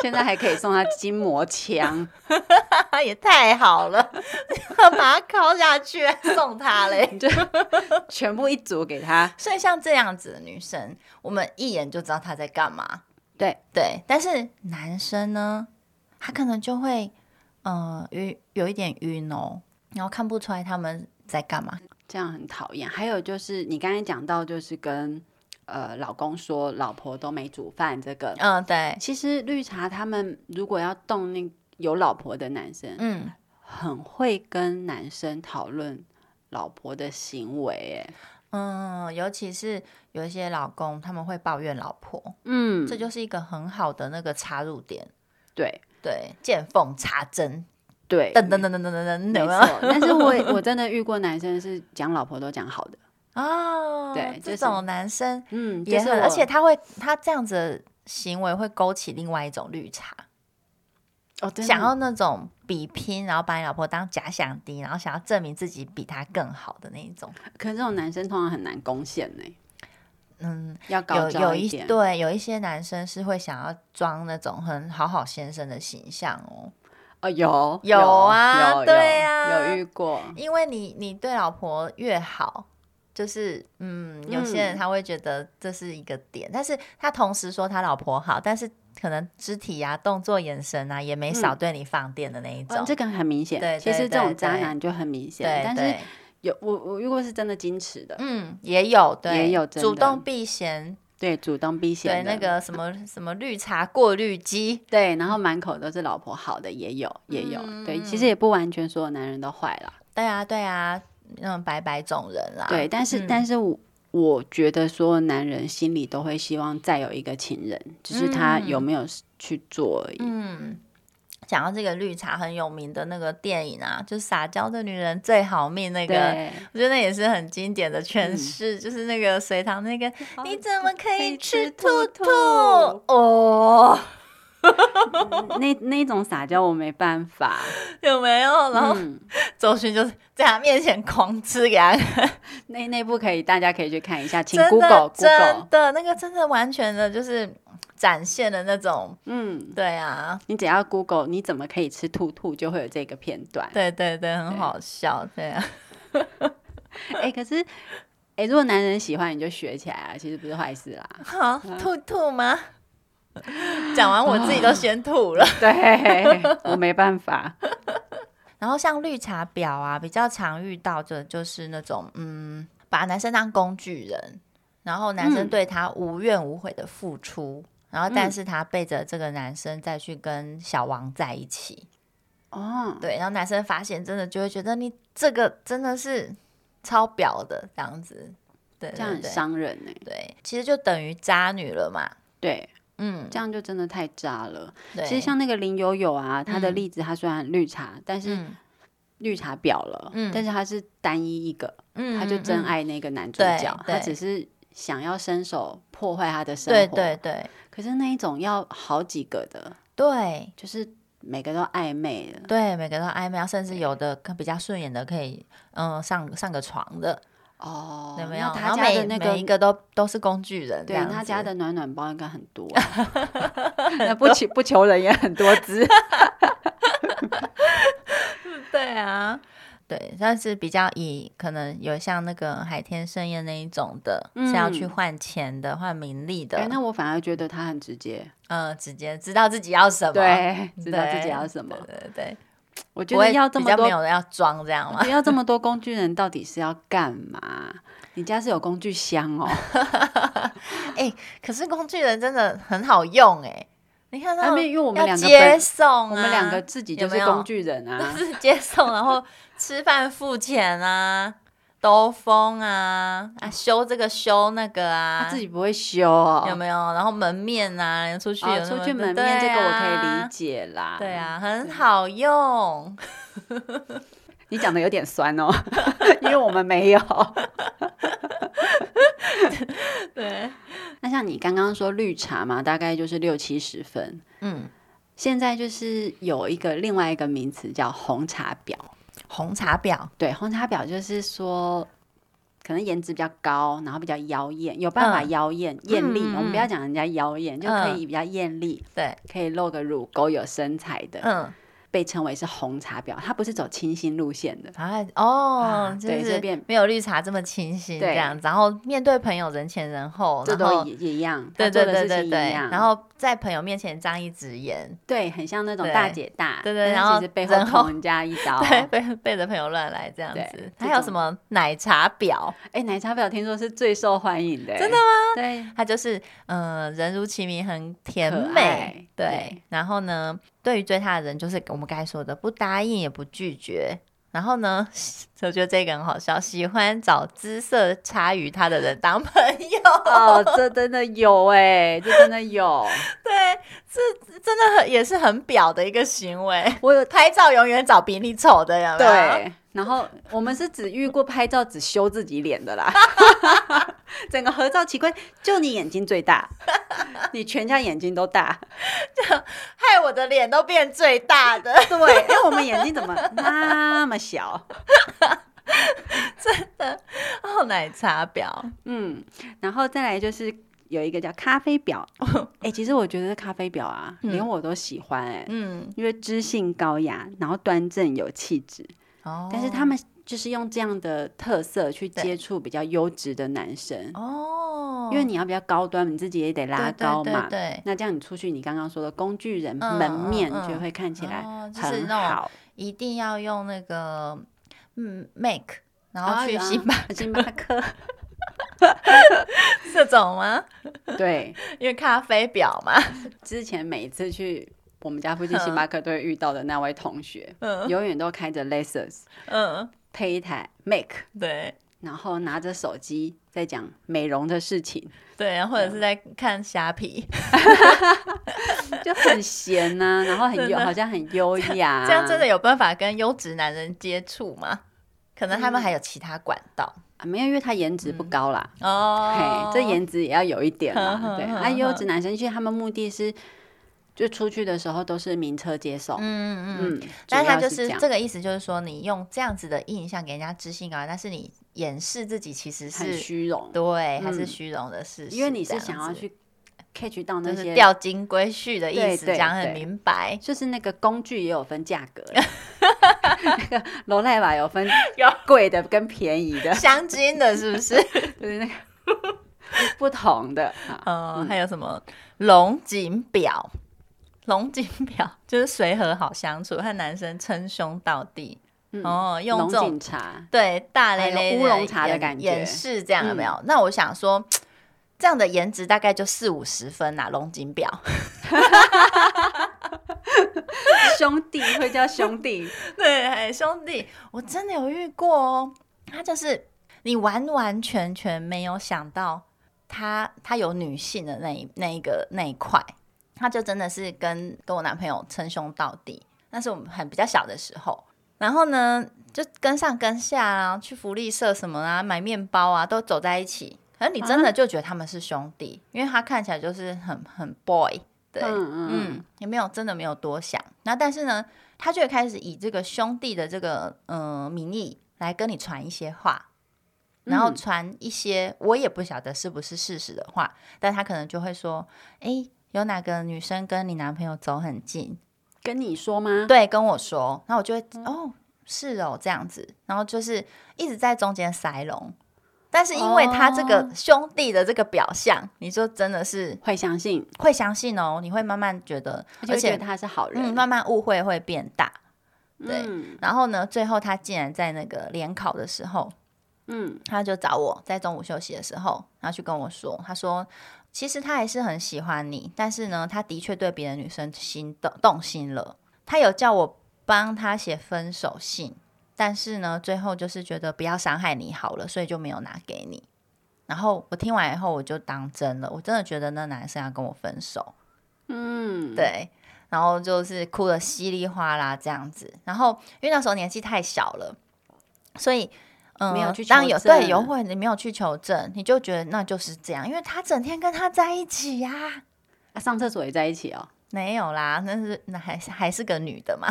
S1: 现在还可以送他筋膜枪，
S2: 也太好了， 把它敲下去送他嘞。
S1: 全部一组给他。
S2: 所以像这样子的女生，我们一眼就知道她在干嘛。
S1: 对
S2: 对，但是男生呢，他可能就会呃晕，有一点晕哦，然后看不出来他们在干嘛。
S1: 这样很讨厌。还有就是你刚才讲到，就是跟呃老公说老婆都没煮饭这个，
S2: 嗯，对，
S1: 其实绿茶他们如果要动那有老婆的男生，
S2: 嗯，
S1: 很会跟男生讨论老婆的行为，哎，
S2: 嗯，尤其是有一些老公，他们会抱怨老婆，
S1: 嗯，
S2: 这就是一个很好的那个插入点，
S1: 对
S2: 对，见缝插针，
S1: 对，
S2: 噔噔噔噔噔噔噔，
S1: 没
S2: 有没有？
S1: 错。但是我我真的遇过男生是讲老婆都讲好的，
S2: 哦，
S1: 对就
S2: 这
S1: 是
S2: 种男生
S1: 嗯，
S2: 也
S1: 就
S2: 很，
S1: 是
S2: 而
S1: 我
S2: 且他会他这样子的行为会勾起另外一种绿茶，
S1: 哦，真的
S2: 想要那种比拼，然后把你老婆当假想敌，然后想要证明自己比他更好的那一种。
S1: 可是这种男生通常很难攻陷呢，
S2: 嗯，
S1: 要高
S2: 有
S1: 招
S2: 有一
S1: 点。
S2: 对有一些男生是会想要装那种很好好先生的形象哦，
S1: 哦，有
S2: 有啊
S1: 有
S2: 对啊
S1: 有有遇过，
S2: 因为你你对老婆越好。就是嗯，有些人
S1: 嗯
S2: 他会觉得这是一个点，但是他同时说他老婆好，但是可能肢体啊、动作、眼神啊也没少对你放电的那一种。
S1: 哦，嗯这个很明显。
S2: 对
S1: 其
S2: 对
S1: 实这
S2: 对
S1: 种渣
S2: 对
S1: 男就很明显
S2: 对，，
S1: 但是
S2: 对
S1: 有我我遇过是真的矜持的，
S2: 嗯，也有，对，
S1: 也有真的
S2: 主动避嫌，
S1: 对，主动避
S2: 对
S1: 嫌的
S2: 那个什么什么绿茶过滤机，
S1: 对，然后满口都是老婆好的也有也有，对，其
S2: 嗯
S1: 实也不完全所有男人都坏啦，
S2: 对啊，对啊，那种白白种人啦，
S1: 对，但是、
S2: 嗯
S1: 但是我。我觉得所有男人心里都会希望再有一个情人，只是他有没有去做而已。
S2: 嗯。讲到这个绿茶很有名的那个电影啊，就是《撒娇的女人最好命》那个，
S1: 对，嗯
S2: 我觉得那也是很经典的诠释，就是那个隋唐那个 你怎么可以吃兔兔
S1: 可以吃兔兔
S2: 哦，
S1: 那那种撒娇我没办法。
S2: 有没有？然后
S1: 嗯，
S2: 周迅就是在他面前狂吃给他
S1: 那那部可以，大家可以去看一下，请
S2: 真的
S1: Google
S2: 真
S1: Google。
S2: 的那个真的完全的就是嗯展现了那种，
S1: 嗯，
S2: 对啊，
S1: 你只要 Google 你怎么可以吃兔兔，就会有这个片段。
S2: 对对对，很好笑，对啊，
S1: 哎、可是哎、诶如果男人喜欢你就学起来啊，其实不是坏事啦。
S2: 好
S1: 嗯
S2: 吐吐吗？ 讲完我自己都先吐
S1: 嗯
S2: 了。
S1: 对，我没办 法。
S2: 然后像绿茶婊啊，比较常遇到的就是那种，嗯，把男生当工具人，然后男生
S1: 嗯
S2: 对他无怨无悔的付出，然后但
S1: 嗯
S2: 是他背着这个男生再去跟小王在一起，
S1: 哦，
S2: 对，然后男生发现真的就会觉得你这个真的是超表的这样子，对
S1: 这样
S2: 对
S1: 很
S2: 对
S1: 伤人呢、
S2: 对，其实就等于渣女了嘛。
S1: 对，
S2: 嗯，
S1: 这样就真的太渣了。
S2: 对，
S1: 其实像那个林有有啊，她的
S2: 嗯
S1: 例子，她虽然绿茶，但是
S2: 嗯
S1: 绿茶婊了，
S2: 嗯
S1: 但是她是单一一个，
S2: 嗯，
S1: 她就真
S2: 嗯。嗯
S1: 爱那个男主
S2: 对
S1: 角，
S2: 对
S1: 她只是想要伸手破坏他的生
S2: 对
S1: 活。
S2: 对对
S1: 可是那一种要好几个的，
S2: 对
S1: 就是每个都暧昧的，
S2: 对，每个都暧昧啊，甚至有的可比较顺眼的可以，嗯，上上个床的，
S1: 哦，
S2: 有没
S1: 那
S2: 有？然
S1: 他
S2: 后
S1: 家
S2: 每
S1: 的那
S2: 每一
S1: 个，
S2: 个都都是工具人，
S1: 对
S2: 这样
S1: 他家
S2: 子
S1: 的暖暖包应该很多啊、 那不求不求人也很多只。
S2: 对啊，对，但是比较以可能有像那个海天盛宴那一种的，是要去
S1: 嗯
S2: 换钱的、换名利的，
S1: 哎，那我反而觉得他很直接，
S2: 呃，直接知道自己要什么，
S1: 对，
S2: 对，
S1: 知道自己要什么。
S2: 对对对，
S1: 我觉
S2: 不
S1: 得
S2: 会
S1: 要这
S2: 比
S1: 么
S2: 较没
S1: 多，
S2: 有人要装这样嘛
S1: 不，要这么多工具人，到底是要干嘛？你家是有工具箱 哦，
S2: 可是工具人真的很好用哎、你看
S1: 啊
S2: 到
S1: 没有因为我们
S2: 要
S1: 两个
S2: 接
S1: 本
S2: 送、啊，
S1: 我们两个自己
S2: 有
S1: 就
S2: 没
S1: 是
S2: 有
S1: 工具人啊。
S2: 就是接送，然后吃饭付钱啊，兜风啊，啊修这个修那个啊，
S1: 他自己不会修哦，
S2: 有没有？然后门面啊，出去有、
S1: 哦出去门面这个我可以理
S2: 解。
S1: 解嗯啦。
S2: 啊对，啊，很好用。
S1: 你讲的有点酸哦， 因为我们没有。
S2: 对，
S1: 那像你刚刚说绿茶嘛，大概就是六七十分。
S2: 嗯，
S1: 现在就是有一个另外一个名词叫红茶婊，
S2: 红茶婊，
S1: 对，红茶婊就是说。可能颜值比较高，然后比较妖艳，有办法
S2: 嗯
S1: 妖艳、艳丽。
S2: 嗯嗯
S1: 我们不要讲人家妖艳，就可
S2: 嗯
S1: 以比较艳丽，
S2: 对，
S1: 可以露个乳沟、有身材的，
S2: 嗯，
S1: 被称为是红茶婊。她不是走清新路线的，
S2: 然后哦
S1: 啊，
S2: 就
S1: 对这
S2: 是
S1: 边
S2: 没有绿茶这么清新
S1: 对
S2: 这样子，然后面对朋友人前人后，
S1: 这
S2: 哦然
S1: 都
S2: 后
S1: 也也一样，她
S2: 对
S1: 做
S2: 对
S1: 的
S2: 对
S1: 事情
S2: 对
S1: 一
S2: 对，
S1: 样。
S2: 然后在朋友面前张一直言，
S1: 对，很像那种
S2: 对
S1: 大姐大，
S2: 对
S1: 但
S2: 对
S1: 是
S2: 然后
S1: 其实背
S2: 然
S1: 后
S2: 后
S1: 捅人家一刀。
S2: 对，背背着朋友乱来这样
S1: 哦对
S2: 子。
S1: 这
S2: 还有
S1: 种
S2: 什么奶茶婊？
S1: 哎，奶茶婊听说是最受欢迎的，真的吗？对，
S2: 她就是呃，人如其名，很甜
S1: 可爱
S2: 美，对。
S1: 对
S2: 然后呢，对于追她的人，就是我们刚才说的，不答应也不拒绝。然后呢， 我觉得这个很好笑，喜欢找姿色差于她的人当朋友，
S1: 哦，这真的有哎，这真的有。
S2: 对，这真的很也是很表的一个行为。
S1: 我有
S2: 拍照永远找比你丑的，有没有？
S1: 对，然后我们是只遇过拍照只修自己脸的啦， 整个合照奇怪，就你眼睛最大，你全家眼睛都大。
S2: 害我的脸都变最大 的，
S1: 对，哎，我们眼睛怎么那么小？
S2: 哦，奶茶婊，
S1: 嗯，然后再来就是有一个叫咖啡 婊，哎、其实我觉得咖啡婊啊，
S2: 嗯
S1: 连我都喜欢哎、
S2: 嗯，
S1: 因为知性高雅，然后端正有气质，
S2: 哦
S1: 但是他们就是用这样的特色去
S2: 对
S1: 接触比较优质的男生，
S2: 哦，
S1: 因为你要比较高端，你自己也得拉高
S2: 对
S1: 嘛。
S2: 对对对
S1: 那这样你出去，你刚刚说的工具人
S2: 嗯
S1: 门面
S2: 嗯嗯
S1: 就会看起来
S2: 哦就是
S1: 很
S2: 那种
S1: 好。
S2: 一定要用那个嗯 make，然后
S1: 啊
S2: 去
S1: 有啊
S2: 星巴克
S1: 星巴克，
S2: 这种吗？
S1: 对，
S2: 因为咖啡表嘛，
S1: 之前每一次去我们家附近星巴克都会遇到的那位同学，
S2: 嗯
S1: 永远都开着 Lexus，
S2: 嗯，
S1: 配一台 Make，
S2: 对
S1: 然后拿着手机在讲美容的事情，
S2: 对，然后或者是在看虾皮，
S1: 嗯就很闲呐、然后很
S2: 真
S1: 优，
S2: 的
S1: 好像很优雅，
S2: 这样真的有办法跟优质男人接触吗？可能他们
S1: 嗯
S2: 还有其他管道
S1: 啊没有，因为他颜值不高啦。
S2: 哦
S1: 嗯
S2: 嗯
S1: 嘿，，这颜值也要有一点啦，
S2: 呵
S1: 对。
S2: 呵
S1: 啊，
S2: 呵
S1: 优质男生其实他们目的是，就出去的时候都是名车接送，
S2: 嗯嗯嗯。
S1: 嗯，
S2: 但是
S1: 主要
S2: 他就是是
S1: 这样
S2: 这个意思，就是说你用这样子的印象给人家知性高，但是你掩饰自己其实
S1: 很
S2: 是
S1: 虚荣，
S2: 对，还
S1: 嗯
S2: 是虚荣的事实，
S1: 因为你是
S2: 这样
S1: 想要
S2: 子
S1: 去 catch 到那
S2: 就是
S1: 些
S2: 钓金龟婿的意思，
S1: 对对
S2: 讲很
S1: 对。
S2: 明白
S1: 就是那个工具也有分价格 啦，那个罗赖瓦有分
S2: 有
S1: 贵的跟便宜的，
S2: 香精的是不是？
S1: 就是那个 不同的。啊
S2: 嗯，还有什么龙井表？龙井表就是随和好相处，和男生称兄道弟。
S1: 嗯
S2: 哦，用
S1: 龙
S2: 这种
S1: 井茶，
S2: 对
S1: 还
S2: 大咧
S1: 有
S2: 咧
S1: 乌龙茶的
S2: 掩
S1: 感觉嗯
S2: 掩饰，这样有没有？那我想说，这样的颜值大概就四五十分啦。龙井表，
S1: 兄弟会叫兄弟，
S2: 对，哎，兄弟，我真的有遇过哦，他就是你完完全全没有想到他他有女性的那一那一个那一块，他就真的是跟跟我男朋友称兄道弟。那是我们很比较小的时候，然后呢就跟上跟下啊，去福利社什么啊，买面包啊，都走在一起。可是你真的就觉得他们是兄弟，因为他看起来就是很很 boy，对，
S1: 嗯嗯，
S2: 嗯，也没有真的没有多想。那但是呢，他就会开始以这个兄弟的这个呃名义来跟你传一些话，然后
S1: 嗯
S2: 传一些我也不晓得是不是事实的话，但他可能就会说，诶，有哪个女生跟你男朋友走很近？
S1: 跟你说吗？
S2: 对，跟我说，然后我就会、
S1: 嗯
S2: 哦，是哦，这样子，然后就是一直在中间塞龙。但是因为他这
S1: 哦
S2: 个兄弟的这个表象，你就真的是
S1: 会相信，
S2: 会相信哦，你会慢慢觉得，
S1: 而
S2: 而
S1: 且
S2: 且
S1: 他是好人
S2: 嗯，，慢慢误会会变大。对
S1: 嗯
S2: 然后呢，最后他竟然在那个联考的时候，
S1: 嗯
S2: 他就找我在中午休息的时候，然后去跟我说，他说其实他还是很喜欢你，但是呢，他的确对别的女生心动动心了。他有叫我帮他写分手信，但是呢，最后就是觉得不要伤害你好了，所以就没有拿给你。然后我听完以后，我就当真了，我真的觉得那男生要跟我分手。
S1: 嗯，，
S2: 对，然后就是哭的稀里哗啦这样子。然后因为那时候年纪太小了，所以嗯，
S1: 没有去
S2: 当
S1: 求
S2: 有对
S1: 证
S2: 有或者你没有去求证，你就觉得那就是这样，因为他整天跟他在一起呀、
S1: 啊、上厕所也在一起 哦。
S2: 没有啦，那是那还是还是个女的嘛，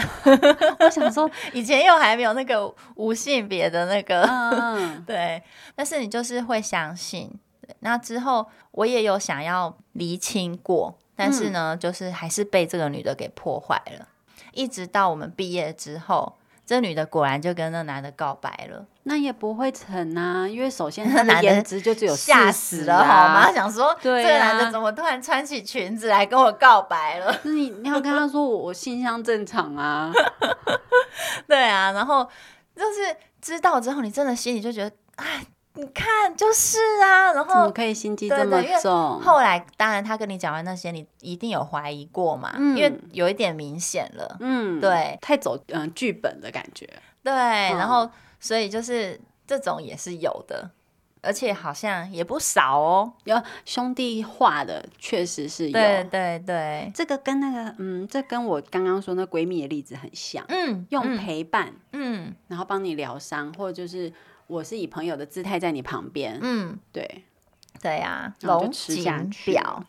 S1: 我想说，
S2: 以前又还没有那个无性别的那个，
S1: 嗯 嗯，
S2: 对，但是你就是会相信。对那之后我也有想要厘清过，但是呢，就是还是被这个女的给破坏了。一直到我们毕业之后，这女的果然就跟那男的告白了，
S1: 那也不会成啊，因为首 先他
S2: 男
S1: 的
S2: 的
S1: 颜值就只有啊
S2: 吓
S1: 40
S2: 死了好
S1: 啊
S2: 吗？？想说
S1: 对
S2: 这个
S1: 啊
S2: 男的怎么突然穿起裙子来跟我告白了？
S1: 那你你要跟他说我我性向正常啊，
S2: 对啊，然后就是知道之后，你真的心里就觉得，哎，你看就是啊，然
S1: 怎么
S2: 后
S1: 可以心机
S2: 对
S1: 这么
S2: 对因为
S1: 重？
S2: 后来，当然他跟你讲完那些，你一定有怀疑过嘛，
S1: 嗯
S2: 因为有一点明显了。
S1: 嗯，
S2: 对
S1: 太走嗯、呃剧本的感觉，
S2: 对，
S1: 嗯
S2: 然后所以就是这种也是有的，而且好像也不少哦。
S1: 有兄弟化的确实是有。
S2: 对对对，
S1: 这个跟那个，嗯，这跟我刚刚说那闺蜜的例子很像，
S2: 嗯，
S1: 用
S2: 嗯，
S1: 陪伴，
S2: 嗯
S1: 然后帮你疗伤，或者就是我是以朋友的姿态在你旁边，
S2: 嗯，
S1: 对。
S2: 对啊，
S1: 然后就
S2: 龙
S1: 吃下
S2: 井
S1: 去
S2: 表，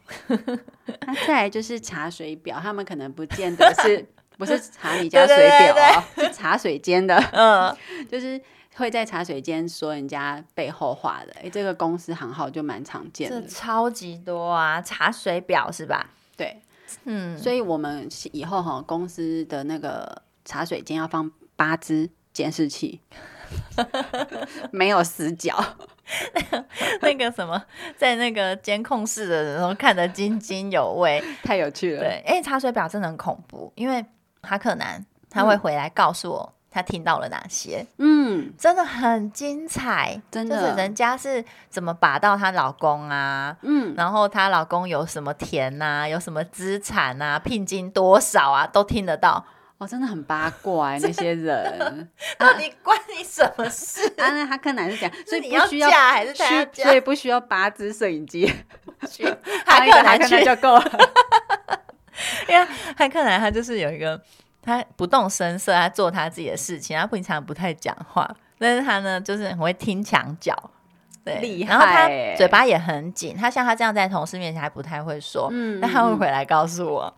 S1: 那再来就是茶水表，他们可能不见得 是不是查你家
S2: 对
S1: 水
S2: 对对
S1: 表哦，是茶水间的，
S2: 嗯，
S1: 就是会在茶水间说人家背后话的。哎，这个公司行号就蛮常见
S2: 这
S1: 的，
S2: 超级多啊，茶水表是吧？
S1: 对。
S2: 嗯，
S1: 所以我们以后哈公司的那个茶水间要放八只监视器， 没有死角。
S2: 那个什么，在那个监控室的人都看得津津有味，
S1: 太有趣了。
S2: 对，哎、查水表真的很恐怖，因为哈克南他会回来告诉我他听到了哪些，
S1: 嗯，
S2: 真的很精彩，
S1: 真
S2: 就是
S1: 的，
S2: 人家是怎么把到她老公啊。
S1: 嗯，
S2: 然后她老公有什么田呐、有什么资产呐、聘金多少啊，都听 得到。
S1: 哦，真的很八卦、欸、那些人。
S2: 到底关你什么事？
S1: 啊，那哈克南是讲，所
S2: 是
S1: 以
S2: 你
S1: 不
S2: 要
S1: 需要
S2: 嫁还是他要
S1: 需，所
S2: 嫁
S1: 以不需要八只摄影机，
S2: 去？ 哈
S1: 当一个
S2: 克
S1: 哈
S2: 南
S1: 克
S2: 去
S1: 南就够 了。
S2: 因为汉克兰他就是有一个，他不动声色，他做他自己的事情，他平常不太讲话，但是他呢就是很会听墙角，对，
S1: 厉
S2: 然后
S1: 害
S2: 他
S1: 欸
S2: 嘴巴也很紧，他像他这样在同事面前还不太会说，
S1: 嗯
S2: 但他会
S1: 嗯
S2: 回来告诉我，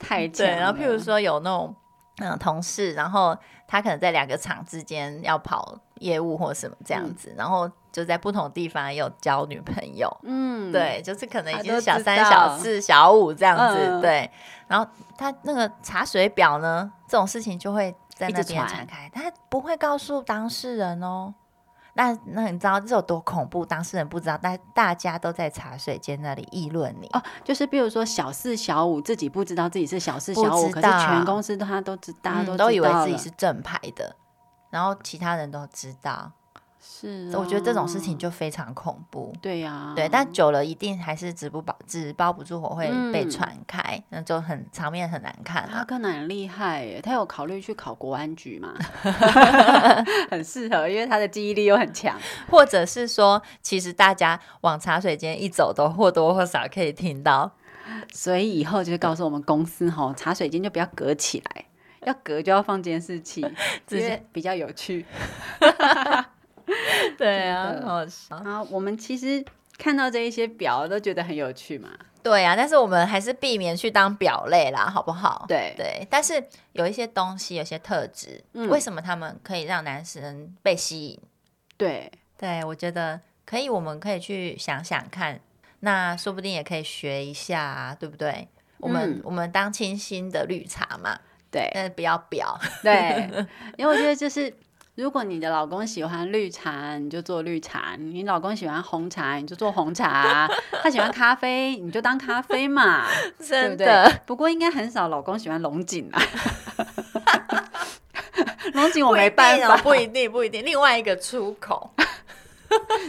S1: 太强
S2: 对，
S1: 了。
S2: 然后譬如说有那种嗯同事，然后他可能在两个厂之间要跑业务或什么这
S1: 嗯
S2: 样子，然后就在不同地方也有交女朋友，
S1: 嗯，
S2: 对，就是可能
S1: 啊
S2: 已
S1: 都
S2: 经是小
S1: 知
S2: 三、
S1: 道
S2: 小四、小五这样子，
S1: 嗯
S2: 对。然后他那个查水表呢，这种事情就会在
S1: 一
S2: 那
S1: 直
S2: 边
S1: 传
S2: 传开，他不会告诉当事人哦。那那你知道这有多恐怖？当事人不知道，但大家都在茶水间那里议论你。
S1: 哦，就是比如说小四、小五自己不知道自己是小四、
S2: 不
S1: 小五，
S2: 知
S1: 可是
S2: 道
S1: 全公司都他都知，大家
S2: 嗯
S1: 都
S2: 都
S1: 知
S2: 以为
S1: 道
S2: 自己
S1: 了
S2: 是正牌的，然后其他人都知道，
S1: 是啊、
S2: 我觉得这种事情就非常恐怖。
S1: 对呀、
S2: 对，但久了一定还是纸不包纸包不住火会被
S1: 嗯
S2: 传开，那就很场面很难看
S1: 他
S2: 啊。
S1: 可能很厉害耶，他有考虑去考国安局 嘛，很适合，因为他的记忆力又很强。
S2: 或者是说，其实大家往茶水间一走，都或多或少可以听到。
S1: 所以以后就是告诉我们公司吼，茶水间就不要隔起来，要隔就要放监视 器，
S2: 直
S1: 因
S2: 接
S1: 为比较有 趣。
S2: 对啊
S1: 真，的
S2: 好笑。
S1: 啊，我们其实看到这一些表都觉得很有趣嘛，
S2: 对啊，但是我们还是避免去当表类啦，好不好？
S1: 对
S2: 哦对，但是有一些东西，有些特质，
S1: 嗯
S2: 为什么他们可以让男生被吸引？
S1: 对，
S2: 对，我觉得可以，我们可以去想想看，那说不定也可以学一下、啊，对不对？我们、
S1: 嗯
S2: 我们当清新的绿茶嘛，
S1: 对
S2: 但是不要表，
S1: 对，因为我觉得就是，如果你的老公喜欢绿茶，你就做绿茶；你老公喜欢红茶，你就做红茶；他喜欢咖啡，你就当咖啡嘛，对不
S2: 真
S1: 对
S2: 的。？
S1: 不过应该很少老公喜欢龙井 啊。龙井我
S2: 不一
S1: 没
S2: 定
S1: 办
S2: 哦
S1: 法，
S2: 不一定，不一定。另外一个出口，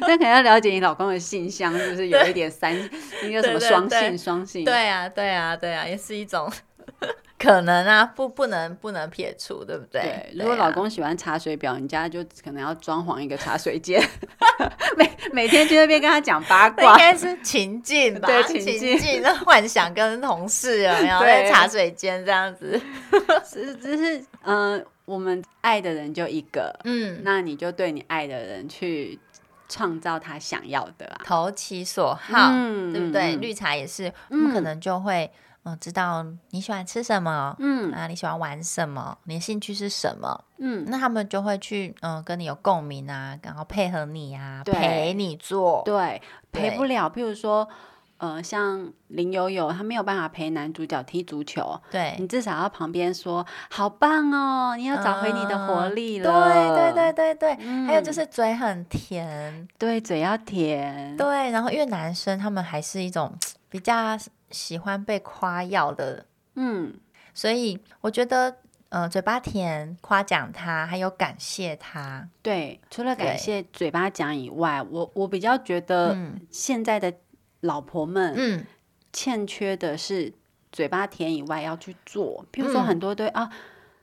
S1: 那可能要了解你老公的性向，是不是有一点三，那个什么
S2: 对对
S1: 双
S2: 对
S1: 性双性？
S2: 对啊，对啊，对啊，也是一种 可能啊，不不能不能撇除，对不对？
S1: 对，
S2: 啊
S1: 如果老公喜欢茶水表，你家就可能要装潢一个茶水间， 每每天去那边跟他讲 八
S2: 那应
S1: 卦。
S2: 该是情境吧，
S1: 对
S2: 情
S1: 情
S2: 境
S1: 境
S2: 那幻想跟同事有没有
S1: 对
S2: 在茶水间这样子？
S1: 只只是嗯、呃我们爱的人就一个，
S2: 嗯，
S1: 那你就对你爱的人去创造他想要的啊。
S2: 投其所好，
S1: 嗯
S2: 对不
S1: 嗯
S2: 对？
S1: 嗯
S2: 绿茶也是，我们可能就会嗯、呃知道你喜欢吃什么。
S1: 嗯
S2: 啊，你喜欢玩什么？你的兴趣是什么？
S1: 嗯，
S2: 那他们就会去，嗯、跟你有共鸣啊，然后配合你啊，
S1: 对
S2: 陪你做。
S1: 对，
S2: 对
S1: 陪不了。譬如说，呃，像林有有，他没有办法陪男主角踢足球，
S2: 对，
S1: 你至少要旁边说“好棒哦”，你要找回你的活力了。
S2: 啊对对
S1: 对
S2: 对对对，还有就
S1: 嗯
S2: 是嘴很甜，
S1: 对，嘴要甜。
S2: 对，然后因为男生他们还是一种比较喜欢被夸耀的，
S1: 嗯，
S2: 所以我觉得。呃，嘴巴甜，夸奖他，还有感谢他，
S1: 对，除了
S2: 对
S1: 感谢嘴巴讲以外，我我比较觉得
S2: 嗯
S1: 现在的老婆们
S2: 嗯，
S1: 欠缺的是嘴巴甜以外要去做，譬如说
S2: 嗯
S1: 很多对、啊，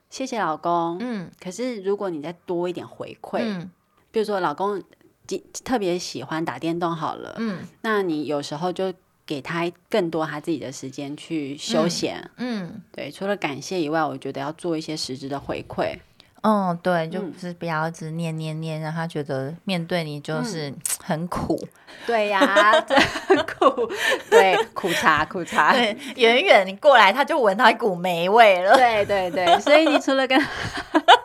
S1: 谢谢老公。
S2: 嗯
S1: 可是如果你再多一点回馈，
S2: 嗯
S1: 比如说老公即特别喜欢打电动好了，
S2: 嗯
S1: 那你有时候就给他更多他自己的时间去休闲。
S2: 嗯
S1: 对，除了感谢以外，我觉得要做一些实质的回馈。
S2: 嗯，对，就
S1: 嗯
S2: 不是不要一直念念念，让他觉得面对你
S1: 嗯
S2: 就是很苦，
S1: 对呀、真苦，对，苦茶苦茶。
S2: 对，远远你过来他就闻到一股霉味了，
S1: 对对对，所以你除了跟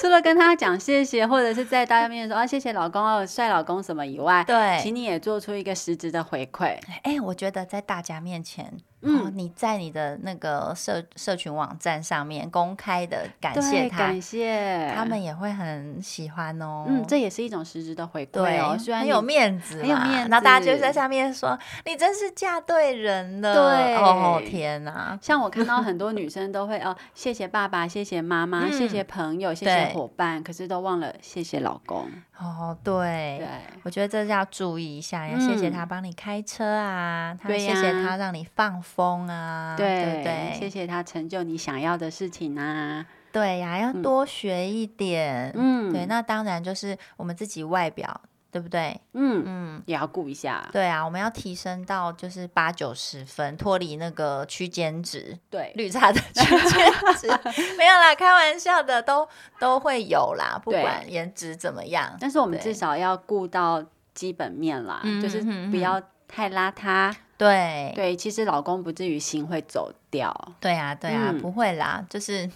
S1: 除了跟他讲谢谢，或者是在大家面前说啊谢谢老公哦帅老公什么以外，
S2: 对，
S1: 请你也做出一个实质的回馈。
S2: 哎、我觉得在大家面前，嗯、
S1: 嗯
S2: 你在你的那个社社群网站上面公开的感谢
S1: 对
S2: 他
S1: 感，谢
S2: 他们也会很喜欢哦。
S1: 嗯，这也是一种实质的回
S2: 对
S1: 馈哦。虽然
S2: 很
S1: 你
S2: 有面子嘛，
S1: 很有面
S2: 那大家就
S1: 子
S2: 在下面说你真是嫁对人了。
S1: 对
S2: 哦天哪，
S1: 像我看到很多女生都会哦，谢谢爸爸，谢谢妈妈，
S2: 嗯
S1: 谢谢朋友，谢
S2: 对
S1: 谢伙伴，可是都忘了谢谢老公。
S2: 哦对。
S1: 对，
S2: 我觉得这是要注意一下，要谢谢
S1: 嗯
S2: 他帮你开车啊，他
S1: 对
S2: 谢
S1: 呀
S2: 谢他让你放风啊，对不对？
S1: 谢谢他成就你想要的事情啊。
S2: 对呀、要多学一点，
S1: 嗯，
S2: 对，那当然就是我们自己外表，对不对？
S1: 嗯，
S2: 嗯，
S1: 也要顾一下。
S2: 对啊，我们要提升到就是八九十分，脱离那个区间值，
S1: 对，
S2: 绿茶的区间值 没有啦，开玩笑的，都都会有啦，不
S1: 对
S2: 管颜值怎么样。
S1: 但是我们
S2: 对
S1: 至少要顾到基本面啦，
S2: 嗯
S1: 就是
S2: 嗯嗯
S1: 不要太邋遢。
S2: 对
S1: 对，其实老公不至于心会走掉。
S2: 对啊，对啊，
S1: 嗯
S2: 不会啦，就是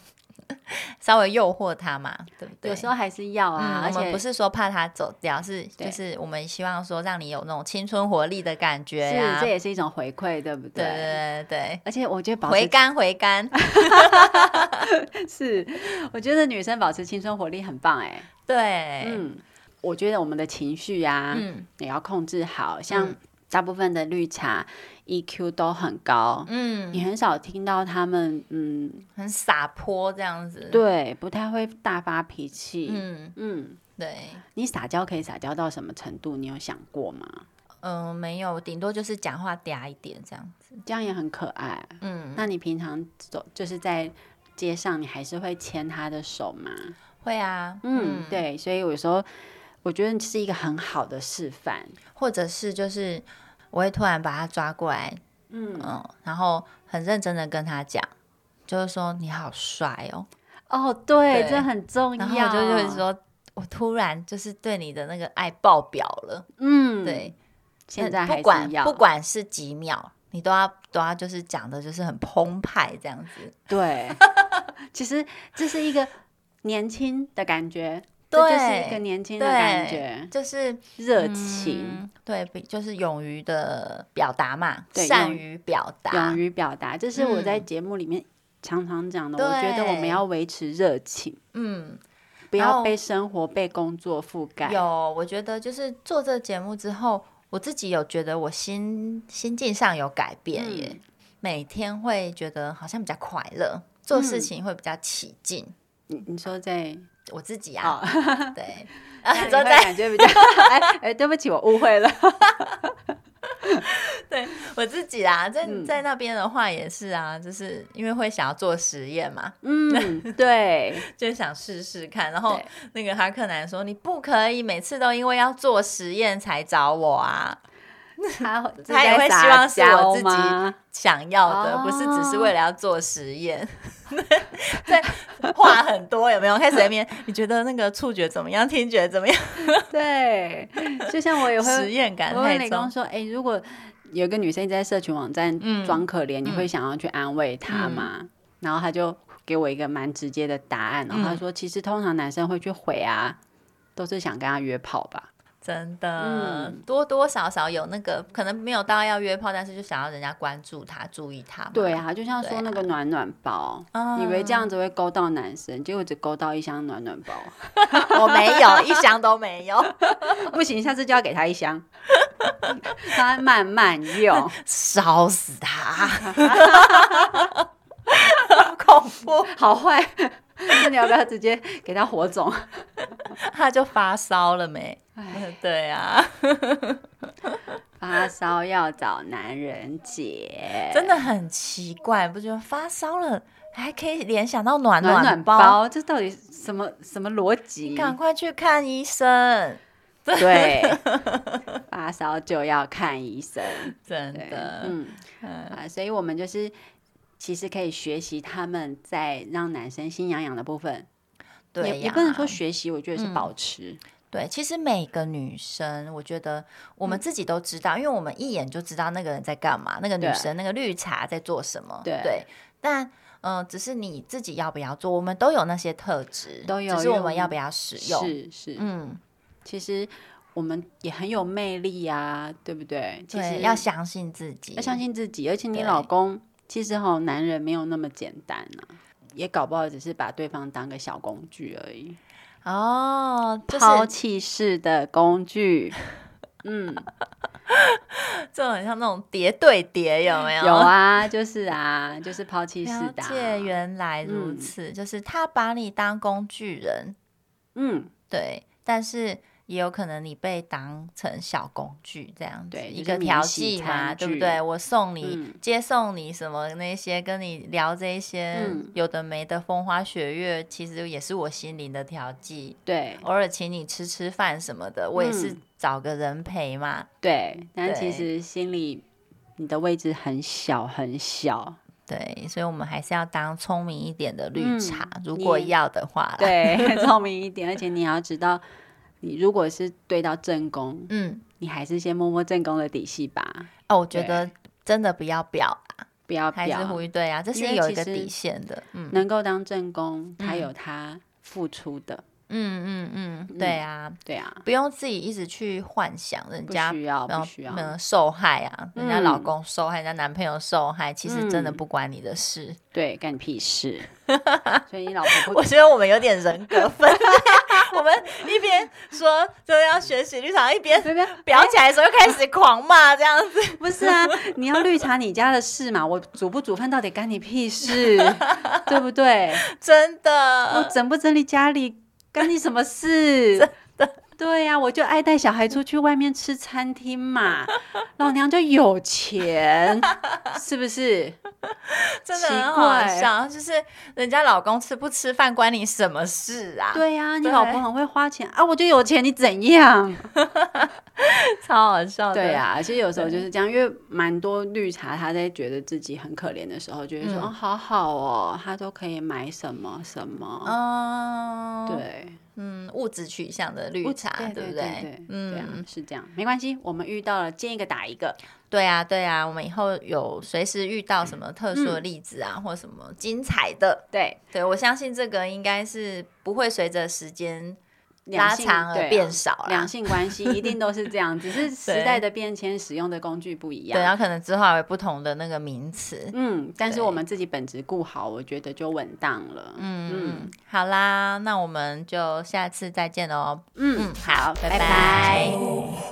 S2: 稍微诱惑他嘛，对不对？
S1: 有时候还是要啊，
S2: 嗯，
S1: 而
S2: 我们
S1: 且
S2: 不是说怕他走掉，是就
S1: 对
S2: 是我们希望说让你有那种青春活力的感觉呀、
S1: 是这也是一种回馈，对不
S2: 啊对对对对
S1: 而且我觉得
S2: 对，
S1: 保
S2: 回
S1: 持
S2: 甘回甘，
S1: 是，我觉得女生保持青春活力很棒哎、
S2: 对，
S1: 嗯，我觉得我们的情绪啊、
S2: 嗯
S1: 也要控制好，像
S2: 嗯
S1: 大部分的绿茶 EQ 都很高，
S2: 嗯，
S1: 你很少听到他们嗯，
S2: 很洒泼这样子，，
S1: 对，不太会大发脾气。
S2: 嗯，
S1: 嗯
S2: 对，
S1: 你撒娇可以撒娇到什么程度？你有想过吗？
S2: 嗯、没有，顶多就是讲话嗲一点这样子。
S1: 这样也很可爱。
S2: 嗯，
S1: 那你平常走就是在街上，你还是会牵他的手吗？
S2: 会啊，
S1: 嗯，对，所以有时候我觉得是一个很好的示范。
S2: 或者是就是我会突然把他抓过来，
S1: 嗯，
S2: 嗯，然后很认真的跟他讲，就是说你好帅哦，
S1: 哦，对，
S2: 对
S1: 这很重要。
S2: 然后我就就是，说。我突然就是对你的那个爱爆表了，
S1: 嗯，，
S2: 对，
S1: 现在还
S2: 不
S1: 是
S2: 管
S1: 要
S2: 不管是几秒，你都要都要就是讲的就是很澎湃这样子，
S1: 对，其实这是一个年轻的感觉，
S2: 对
S1: 这就是一个年轻的感觉，
S2: 就是
S1: 热情，
S2: 嗯对，比就是勇于的表达嘛，
S1: 对
S2: 善
S1: 勇
S2: 于表达
S1: 勇，于表达，这是我在节目里面常常讲的。我觉得我们
S2: 嗯对
S1: 要维持热情，
S2: 嗯，
S1: 不
S2: 然
S1: 要
S2: 后
S1: 被生活、被工作覆盖。
S2: 有，我觉得就是做这节目之后，我自己有觉得我心心境上有改变耶，
S1: 嗯
S2: 每天会觉得好像比较快乐，做事
S1: 嗯
S2: 情会比较起劲。
S1: 你你说 在
S2: 我自己
S1: 哦
S2: 啊，， 对，
S1: 这样
S2: 啊，
S1: 你
S2: 都
S1: 会
S2: 在
S1: 感觉比较哎哎，对不起，我误会了。
S2: 我自己啊，在
S1: 嗯
S2: 在那边的话也是啊，就是因为会想要做实验嘛，
S1: 嗯， 对
S2: 就想试试看。然后
S1: 对，
S2: 那个哈克南说：“你不可以每次都因为要做实验才找我啊，
S1: 他
S2: 他也
S1: 在
S2: 会
S1: 撒
S2: 希望是我自己
S1: 娇吗
S2: 想要的、
S1: 哦
S2: 不是只是为了要做实验。” 对，话很多有没有？开始在那边，你觉得那个触觉怎么样？听觉怎么样？
S1: 对，就像我也会
S2: 实验感
S1: 我问
S2: 太
S1: 雷公
S2: 重。
S1: 说：“哎、如果有一个女生一直在社群网站
S2: 嗯
S1: 装可怜，你会想要去安慰她
S2: 嗯
S1: 吗？”然后他就给我一个蛮直接的答案，然后他
S2: 嗯
S1: 说：“其实通常男生会去回啊，都是想跟他约炮吧。
S2: 真的、
S1: 嗯
S2: 多多少少有那个，可能没有到要约炮，但是就想要人家关注他、注意他嘛。”
S1: 对啊，就像说那个暖暖包，
S2: 啊
S1: 以为 这样子会勾到男生，结果只勾到一箱暖暖包， 哦
S2: 我没有一箱都没有，
S1: 不行，下次就要给他一箱， 让他慢慢用。
S2: 烧死他！恐怖，
S1: 好坏， 那你要不要直接给他火种？
S2: 他就发烧了没？ 对啊，
S1: 发烧要找男人解，
S2: 真的很奇怪，不觉得发烧了还可以联想到暖
S1: 暖暖
S2: 包？
S1: 包，这到底什么什么逻辑？
S2: 赶快去看医生，
S1: 对，发烧就要看医生。
S2: 真
S1: 对，
S2: 的，
S1: 嗯
S2: 嗯
S1: 啊，所以我们就是其实可以学习他们在让男生心痒痒的部分，
S2: 对呀嗯
S1: 也也不能说学习，我觉得是保持。
S2: 对。其实每个女生，我觉得我
S1: 嗯
S2: 们自己都知道，因为我们一眼就知道那个人在干嘛，那个女
S1: 对
S2: 生那个绿茶在做什么，
S1: 对
S2: 但嗯、呃只是你自己要不要做，我们都有那些特质，
S1: 都有
S2: 只是
S1: 因为
S2: 我
S1: 我
S2: 们
S1: 们
S2: 要不要使用。
S1: 是是，
S2: 嗯，
S1: 其实我们也很有魅力呀、对不对？其实
S2: 对，要相信自己，
S1: 要相。信自己，而且你
S2: 对
S1: 老公其实哈，男人没有那么简单呐、也搞不好只是把对方当个小工具而已，
S2: 哦，就是
S1: 抛弃式的工具。嗯，
S2: 这很像那种叠对叠，有没有？
S1: 有 啊，就是啊，就是抛弃式
S2: 了
S1: 的、
S2: 解，
S1: 啊。
S2: 原来如
S1: 嗯
S2: 此，就是他把你当工具人，
S1: 嗯，
S2: 对，但是也有可能你被当成小工具这样子，
S1: 对
S2: 一
S1: 就是
S2: 个
S1: 免
S2: 调
S1: 洗
S2: 剂嘛，
S1: 餐
S2: 对不
S1: 具
S2: 对？我送你、
S1: 嗯
S2: 接送你什么那些，跟你聊这些、
S1: 嗯
S2: 有的没的风花雪月，其实也是我心灵的调剂。
S1: 对
S2: 偶尔请你吃吃饭什么的，我也是
S1: 嗯
S2: 找个人陪嘛，
S1: 对，但其
S2: 对
S1: 实心里你的位置很小很 小，
S2: 对，所以我们还是要当聪明一点的绿
S1: 嗯
S2: 茶，如
S1: 你
S2: 果
S1: 也
S2: 要的话啦，
S1: 对，聪明一点，而且你也要知道，你如果是对到正宫，
S2: 嗯，
S1: 你还是先摸摸正宫的底细吧，
S2: 哦，我觉
S1: 对
S2: 得真的不要表
S1: 不要
S2: 还是
S1: 表
S2: 呼吁对啊，这
S1: 因
S2: 是
S1: 为
S2: 有
S1: 其
S2: 一个
S1: 实
S2: 底线的，嗯
S1: 能够当正宫，他
S2: 嗯
S1: 有他付出的，
S2: 嗯嗯嗯，对啊，
S1: 对啊，
S2: 不用自己一直去幻想人
S1: 不
S2: 家
S1: 需要，
S2: 然
S1: 不
S2: 后
S1: 需要，
S2: 嗯受害啊，人家老
S1: 嗯
S2: 公受害，人家男朋友受害，其实真的
S1: 嗯
S2: 不关你的事。
S1: 对，干你屁 事。所以你老婆
S2: 我
S1: 不，
S2: 觉得我们有点人格分 裂，我们一边说就要学习绿茶，一边
S1: 对不
S2: 表起来的时候又开始狂骂这样子。
S1: 对？不是啊，你要绿茶你家的事嘛，我煮不煮饭到底干你屁 事，对不对？
S2: 真
S1: 我
S2: 的，
S1: 整不整理家里干你什么事？对呀、我就爱带小孩出去外面吃餐厅 嘛，老娘就有钱，是不 是？
S2: 真的
S1: 奇
S2: 很好
S1: 怪
S2: 笑，就是人家老公吃不吃饭关你什么事啊？，
S1: 对呀、你
S2: 对
S1: 老公很会花钱啊，我就有钱，你怎样？
S2: 超好笑的。
S1: 对啊呀、其实有时候就是这样，因为蛮多绿茶，他在觉得自己很可怜的时候，就会说、
S2: 嗯
S1: 哦，好好哦，他都可以买什么什么，
S2: 嗯，，
S1: 对，
S2: 嗯，物质取向的绿茶，
S1: 对
S2: 不
S1: 对对，对啊
S2: 嗯，，
S1: 是这样，没关系，我们遇到了见一个打一个，
S2: 对啊，对啊，我们以后有随时遇到什么特
S1: 嗯
S2: 殊的例子啊，或什么精彩的，
S1: 对，
S2: 对我相信这个应该是不会随着时间
S1: 两
S2: 拉
S1: 性
S2: 长而
S1: 对啊
S2: 变少啦
S1: 两。性关系一定都是这样，只是时
S2: 对
S1: 代的变迁，使用的工具不一
S2: 对，啊然
S1: 样。
S2: 后可能之后还有不同的那个名词。
S1: 嗯，但是
S2: 对
S1: 我们自己本职顾好，我觉得就稳当了。
S2: 嗯，好啦，那我们就下次再见喽。
S1: 嗯，
S2: 嗯
S1: 好，
S2: 拜
S1: 拜
S2: 拜
S1: 拜